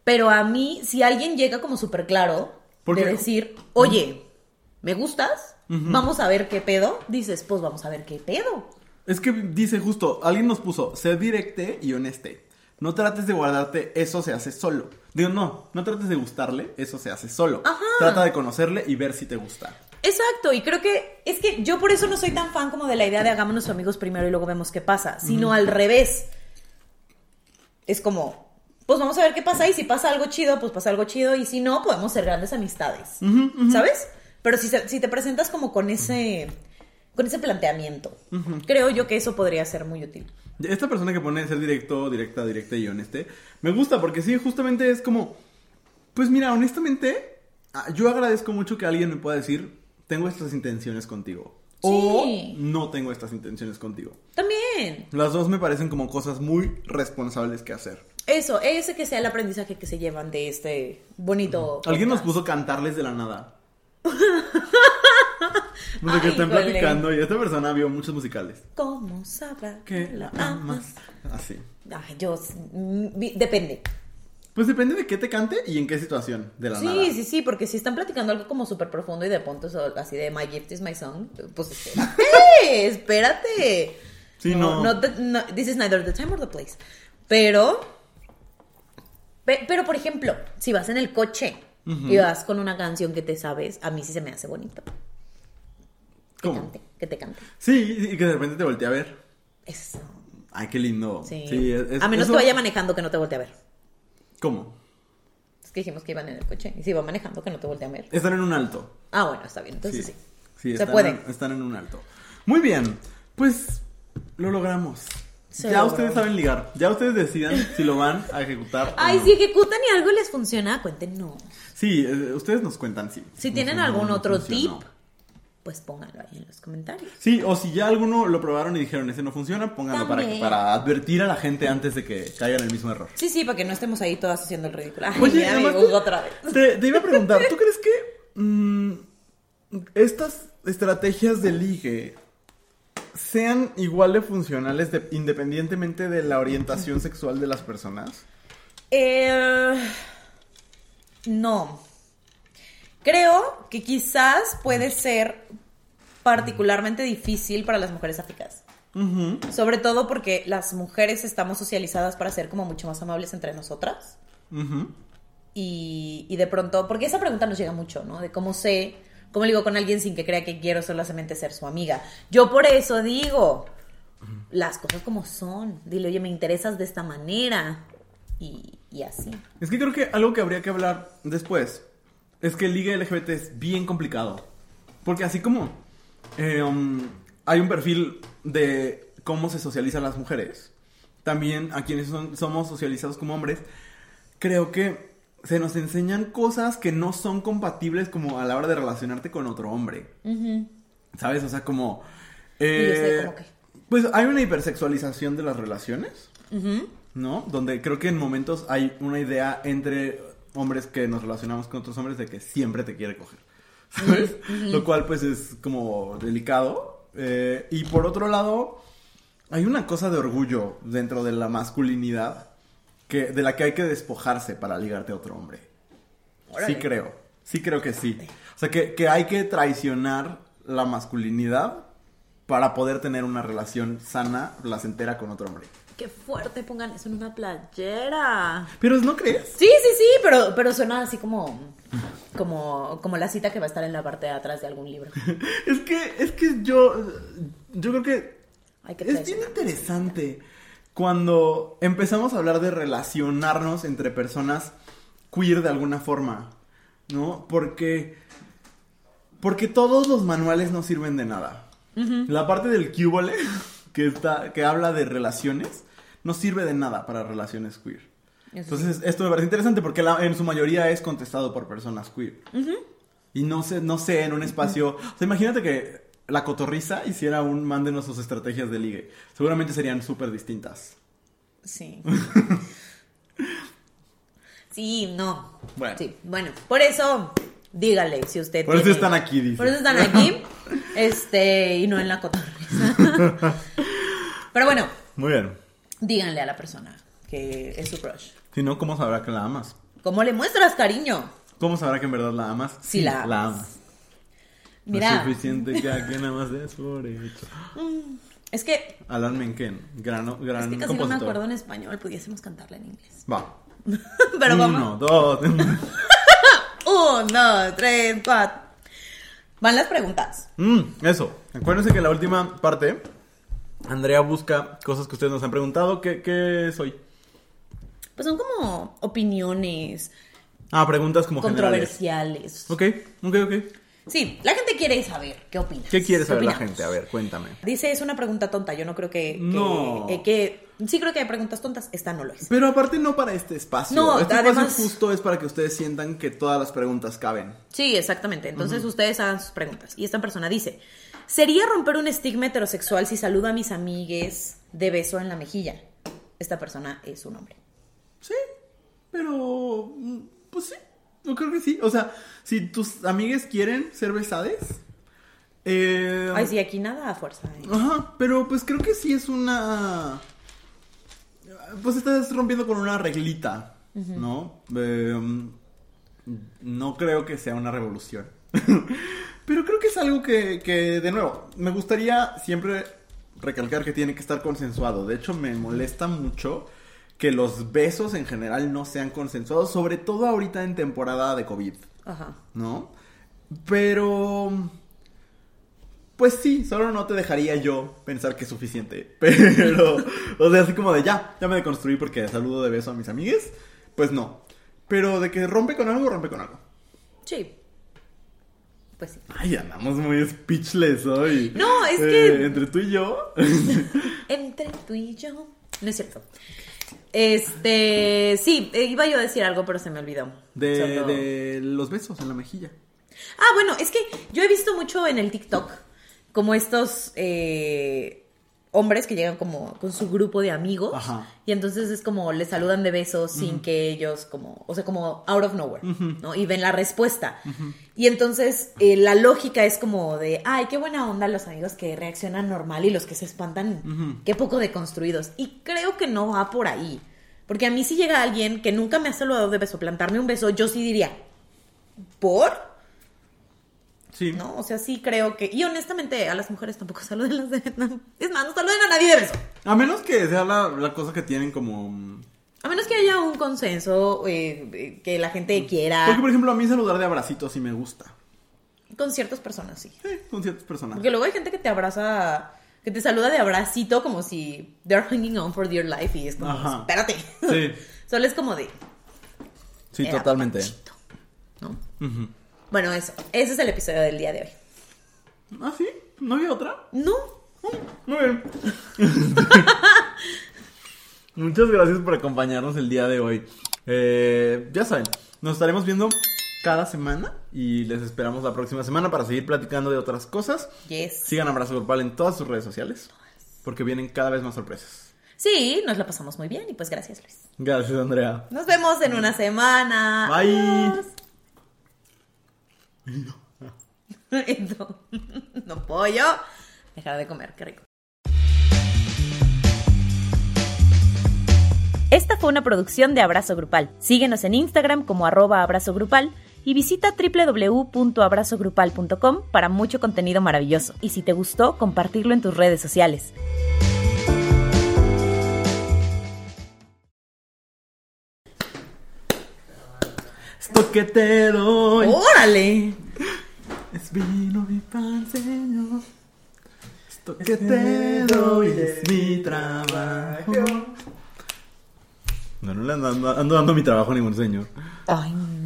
Speaker 1: Pero a mí, si alguien llega como súper claro
Speaker 2: Porque-
Speaker 1: de decir, oye, ¿me gustas? Vamos a ver qué pedo. Dices, pues vamos a ver qué pedo.
Speaker 2: Es que dice justo, alguien nos puso, sé directe y honeste. No trates de guardarte, eso se hace solo. Digo, no, no trates de gustarle, eso se hace solo.
Speaker 1: Ajá.
Speaker 2: Trata de conocerle y ver si te gusta.
Speaker 1: Exacto, y creo que es que yo por eso no soy tan fan como de la idea de hagámonos amigos primero y luego vemos qué pasa, sino al revés. Es como, pues vamos a ver qué pasa y si pasa algo chido, pues pasa algo chido y si no, podemos ser grandes amistades, ¿sabes? Pero si, se- si te presentas como con ese, con ese planteamiento, creo yo que eso podría ser muy útil.
Speaker 2: Esta persona que pone ser directo, directa, directa y honeste, me gusta porque sí, justamente es como, pues mira, honestamente, a- yo agradezco mucho que alguien me pueda decir, tengo estas intenciones contigo.
Speaker 1: Sí.
Speaker 2: O no tengo estas intenciones contigo.
Speaker 1: También,
Speaker 2: Las dos me parecen como cosas muy responsables que hacer.
Speaker 1: eso, ese que sea el aprendizaje que se llevan de este bonito...
Speaker 2: Alguien nos
Speaker 1: podcast.
Speaker 2: puso cantarles de la nada. No sé qué
Speaker 1: Ay,
Speaker 2: están
Speaker 1: híjole.
Speaker 2: platicando y esta persona vio muchos musicales.
Speaker 1: ¿Cómo sabrá
Speaker 2: Que la amas. Así.
Speaker 1: Ay, Ah, yo. mm, vi- Depende.
Speaker 2: Pues depende de qué te cante y en qué situación de la
Speaker 1: sí,
Speaker 2: nada.
Speaker 1: sí, sí, porque si están platicando algo como súper profundo y de pronto es así de My Gift is My Song, pues espérate, espérate.
Speaker 2: Sí, no.
Speaker 1: the- no, This is neither the time or the place. Pero. pe- pero, por ejemplo, si vas en el coche y vas con una canción que te sabes, a mí sí se me hace bonito. Que
Speaker 2: ¿Cómo?
Speaker 1: cante, que te cante.
Speaker 2: Sí, y que de repente te volteé a ver.
Speaker 1: Eso.
Speaker 2: Ay, qué lindo.
Speaker 1: Sí.
Speaker 2: e, es- es-
Speaker 1: a menos
Speaker 2: eso-
Speaker 1: que vaya manejando que no te voltee a ver.
Speaker 2: ¿Cómo?
Speaker 1: Es que dijimos que iban en el coche. Y si iba manejando, que no te voltea a ver.
Speaker 2: Están en un alto.
Speaker 1: Ah, bueno, está bien. Entonces sí.
Speaker 2: Sí,
Speaker 1: Se
Speaker 2: están,
Speaker 1: puede.
Speaker 2: Están en un alto. Muy bien. Pues lo logramos.
Speaker 1: Se
Speaker 2: ya
Speaker 1: logró.
Speaker 2: ustedes saben ligar. Ya ustedes decidan si lo van a ejecutar. o
Speaker 1: Ay,
Speaker 2: no.
Speaker 1: si ejecutan y algo les funciona, cuéntenos.
Speaker 2: Sí, eh, ustedes nos cuentan, sí.
Speaker 1: Si tienen
Speaker 2: Funcionó,
Speaker 1: algún
Speaker 2: no
Speaker 1: otro
Speaker 2: funcionó.
Speaker 1: tip, pues pónganlo ahí en los comentarios.
Speaker 2: Sí, o si ya alguno lo probaron y dijeron, ese no funciona, pónganlo para, que-
Speaker 1: También.
Speaker 2: para advertir a la gente antes de que caigan en el mismo error.
Speaker 1: Sí, sí, para que no estemos ahí todas haciendo el ridículo. Ay,
Speaker 2: Oye,
Speaker 1: mira,
Speaker 2: además
Speaker 1: me
Speaker 2: te-
Speaker 1: juzgo otra vez.
Speaker 2: Te, te iba a preguntar, ¿tú crees que mm, estas estrategias de ligue sean igual de funcionales de- independientemente de la orientación sexual de las personas?
Speaker 1: Eh, no. Creo que quizás puede ser particularmente difícil para las mujeres africanas. Sobre todo porque las mujeres estamos socializadas para ser como mucho más amables entre nosotras.
Speaker 2: Ujú.
Speaker 1: Y, y de pronto, porque esa pregunta nos llega mucho, ¿no? De cómo sé, cómo ligo con alguien sin que crea que quiero solamente ser su amiga. Yo por eso digo las cosas como son. Dile, oye, me interesas de esta manera. Y, y así.
Speaker 2: Es que creo que algo que habría que hablar después es que el ligue LGBT es bien complicado. Porque así como eh, um, hay un perfil de cómo se socializan las mujeres, también a quienes son- somos socializados como hombres, creo que se nos enseñan cosas que no son compatibles como a la hora de relacionarte con otro hombre. ¿Sabes? O sea, como...
Speaker 1: sé,
Speaker 2: eh,
Speaker 1: ¿cómo qué?
Speaker 2: Pues hay una hipersexualización de las relaciones. ¿no? Donde creo que en momentos hay una idea entre hombres que nos relacionamos con otros hombres de que siempre te quiere coger, ¿sabes? Lo cual pues es como delicado. Eh, y por otro lado, hay una cosa de orgullo dentro de la masculinidad que, de la que hay que despojarse para ligarte a otro hombre.
Speaker 1: Órale.
Speaker 2: Sí creo, sí creo que sí. O sea, que, que hay que traicionar la masculinidad para poder tener una relación sana, placentera con otro hombre.
Speaker 1: Qué fuerte, pongan eso en una playera.
Speaker 2: Pero ¿no crees?
Speaker 1: Sí, sí, sí, pero, pero suena así como, como, como la cita que va a estar en la parte de atrás de algún libro.
Speaker 2: Es que, es que yo, yo creo que
Speaker 1: Hay que
Speaker 2: es bien
Speaker 1: traicionarnos.
Speaker 2: interesante cuando empezamos a hablar de relacionarnos entre personas queer de alguna forma, ¿no? Porque, porque todos los manuales no sirven de nada. La parte del cubole que está, que habla de relaciones, no sirve de nada para relaciones queer.
Speaker 1: Eso sí.
Speaker 2: Entonces, esto me parece interesante porque la- en su mayoría es contestado por personas queer. Y no sé, no sé, en un espacio. O sea, imagínate que la cotorriza hiciera un mándenos sus estrategias de ligue. Seguramente serían súper distintas.
Speaker 1: Sí. sí, no.
Speaker 2: Bueno.
Speaker 1: Sí, bueno, por eso, dígale si usted
Speaker 2: Por eso
Speaker 1: tiene-
Speaker 2: están aquí, dice.
Speaker 1: Por eso están aquí, este, y no en la cotorriza. Pero bueno,
Speaker 2: Muy bien.
Speaker 1: díganle a la persona que es su crush.
Speaker 2: Si no, ¿cómo sabrá que la amas?
Speaker 1: ¿Cómo le muestras cariño?
Speaker 2: ¿Cómo sabrá que en verdad la amas?
Speaker 1: Si la
Speaker 2: La
Speaker 1: amas.
Speaker 2: amas. No
Speaker 1: Mira,
Speaker 2: es suficiente que a quien amas des por hecho.
Speaker 1: es que,
Speaker 2: Alan Menken, grano, gran
Speaker 1: es que casi no me
Speaker 2: compositor.
Speaker 1: acuerdo en español, pudiésemos cantarla en inglés.
Speaker 2: Va.
Speaker 1: Pero vamos.
Speaker 2: Uno, dos.
Speaker 1: Un, dos, tres, cuatro. Van las preguntas.
Speaker 2: Mm, eso. Acuérdense que en la última parte, Andrea busca cosas que ustedes nos han preguntado. ¿Qué, qué soy?
Speaker 1: Pues son como opiniones
Speaker 2: Ah, preguntas como generales.
Speaker 1: controversiales.
Speaker 2: Ok, ok, ok.
Speaker 1: Sí, la gente quiere saber qué opinas.
Speaker 2: ¿Qué quiere saber la
Speaker 1: opinamos?
Speaker 2: gente? A ver, cuéntame.
Speaker 1: Dice, es una pregunta tonta. Yo no creo que. que-
Speaker 2: No.
Speaker 1: eh, que- sí, creo que hay preguntas tontas. Esta no lo es.
Speaker 2: Pero aparte no para este espacio.
Speaker 1: No,
Speaker 2: este
Speaker 1: además-
Speaker 2: espacio justo es para que ustedes sientan que todas las preguntas caben.
Speaker 1: Sí, exactamente. Entonces ustedes hagan sus preguntas. Y esta persona dice: ¿Sería romper un estigma heterosexual si saludo a mis amigues de beso en la mejilla? Esta persona es un hombre.
Speaker 2: Sí, pero... mm, Pues sí, yo creo que sí. O sea, si tus amigues quieren ser besades... Eh...
Speaker 1: Ay, sí, aquí nada a fuerza. ¿eh?
Speaker 2: Ajá, pero pues creo que sí es una... Pues estás rompiendo con una reglita, ¿no? Eh, no creo que sea una revolución. pero creo que es algo que, que, de nuevo, me gustaría siempre recalcar que tiene que estar consensuado. De hecho, me molesta mucho que los besos en general no sean consensuados, sobre todo ahorita en temporada de COVID.
Speaker 1: Ajá.
Speaker 2: ¿no? Pero... Pues sí, solo no te dejaría yo pensar que es suficiente. Pero... O sea, así como de ya, ya me deconstruí porque saludo de beso a mis amigues. Pues no. Pero de que rompe con algo, rompe con algo.
Speaker 1: Sí. Pues sí.
Speaker 2: Ay, andamos muy speechless hoy. Eh,
Speaker 1: No, es que-
Speaker 2: Entre tú y yo.
Speaker 1: Entre tú y yo. No es cierto. Este, sí, eh, iba yo a decir algo, pero se me olvidó.
Speaker 2: De,
Speaker 1: Solo-
Speaker 2: de los besos en la mejilla.
Speaker 1: Ah, bueno, es que yo he visto mucho en el TikTok como estos eh, hombres que llegan como con su grupo de amigos
Speaker 2: Ajá.
Speaker 1: y entonces es como les saludan de besos sin que ellos como, o sea, como out of nowhere, ¿no? Y ven la respuesta. Y entonces eh, la lógica es como de, ay, qué buena onda los amigos que reaccionan normal y los que se espantan, qué poco deconstruidos. Y creo que no va por ahí. Porque a mí si llega alguien que nunca me ha saludado de beso, plantarme un beso, yo sí diría, ¿por?
Speaker 2: Sí.
Speaker 1: ¿no? O sea, sí creo que. Y honestamente, a las mujeres tampoco saluden las de Vietnam. Es más, no saluden a nadie de beso.
Speaker 2: A menos que sea la, la cosa que tienen como... mm,
Speaker 1: A menos que haya un consenso eh, eh, que la gente quiera.
Speaker 2: Porque, por ejemplo, a mí saludar de abracitos sí me gusta.
Speaker 1: Con ciertas personas, sí.
Speaker 2: Sí, con ciertas personas.
Speaker 1: Porque luego hay gente que te abraza, que te saluda de abracito como si they're hanging on for dear life y es como,
Speaker 2: Ajá.
Speaker 1: espérate.
Speaker 2: Sí.
Speaker 1: Solo es como de...
Speaker 2: Sí,
Speaker 1: "Era
Speaker 2: totalmente.
Speaker 1: poquito", ¿no? Bueno, eso. Ese es el episodio del día de hoy.
Speaker 2: Ah, sí. ¿No había otra?
Speaker 1: No.
Speaker 2: Muy bien. Muchas gracias por acompañarnos el día de hoy. Eh, ya saben, nos estaremos viendo cada semana y les esperamos la próxima semana para seguir platicando de otras cosas.
Speaker 1: Yes.
Speaker 2: Sigan Abrazo Grupal en todas sus redes sociales porque vienen cada vez más sorpresas.
Speaker 1: Sí, nos la pasamos muy bien y pues gracias, Luis.
Speaker 2: Gracias, Andrea.
Speaker 1: Nos vemos en una semana.
Speaker 2: Bye.
Speaker 1: Adiós. No. no pollo. Dejar de comer, qué rico. Esta fue una producción de Abrazo Grupal. Síguenos en Instagram como arroba abrazo grupal y visita www.abrazogrupal.com para mucho contenido maravilloso. Y si te gustó, compartirlo en tus redes sociales.
Speaker 2: Esto que te doy
Speaker 1: ¡Órale!
Speaker 2: es vino y pan, Señor. Esto que te doy es mi trabajo. No, no le ando, ando dando mi trabajo a ningún señor.
Speaker 1: Ay,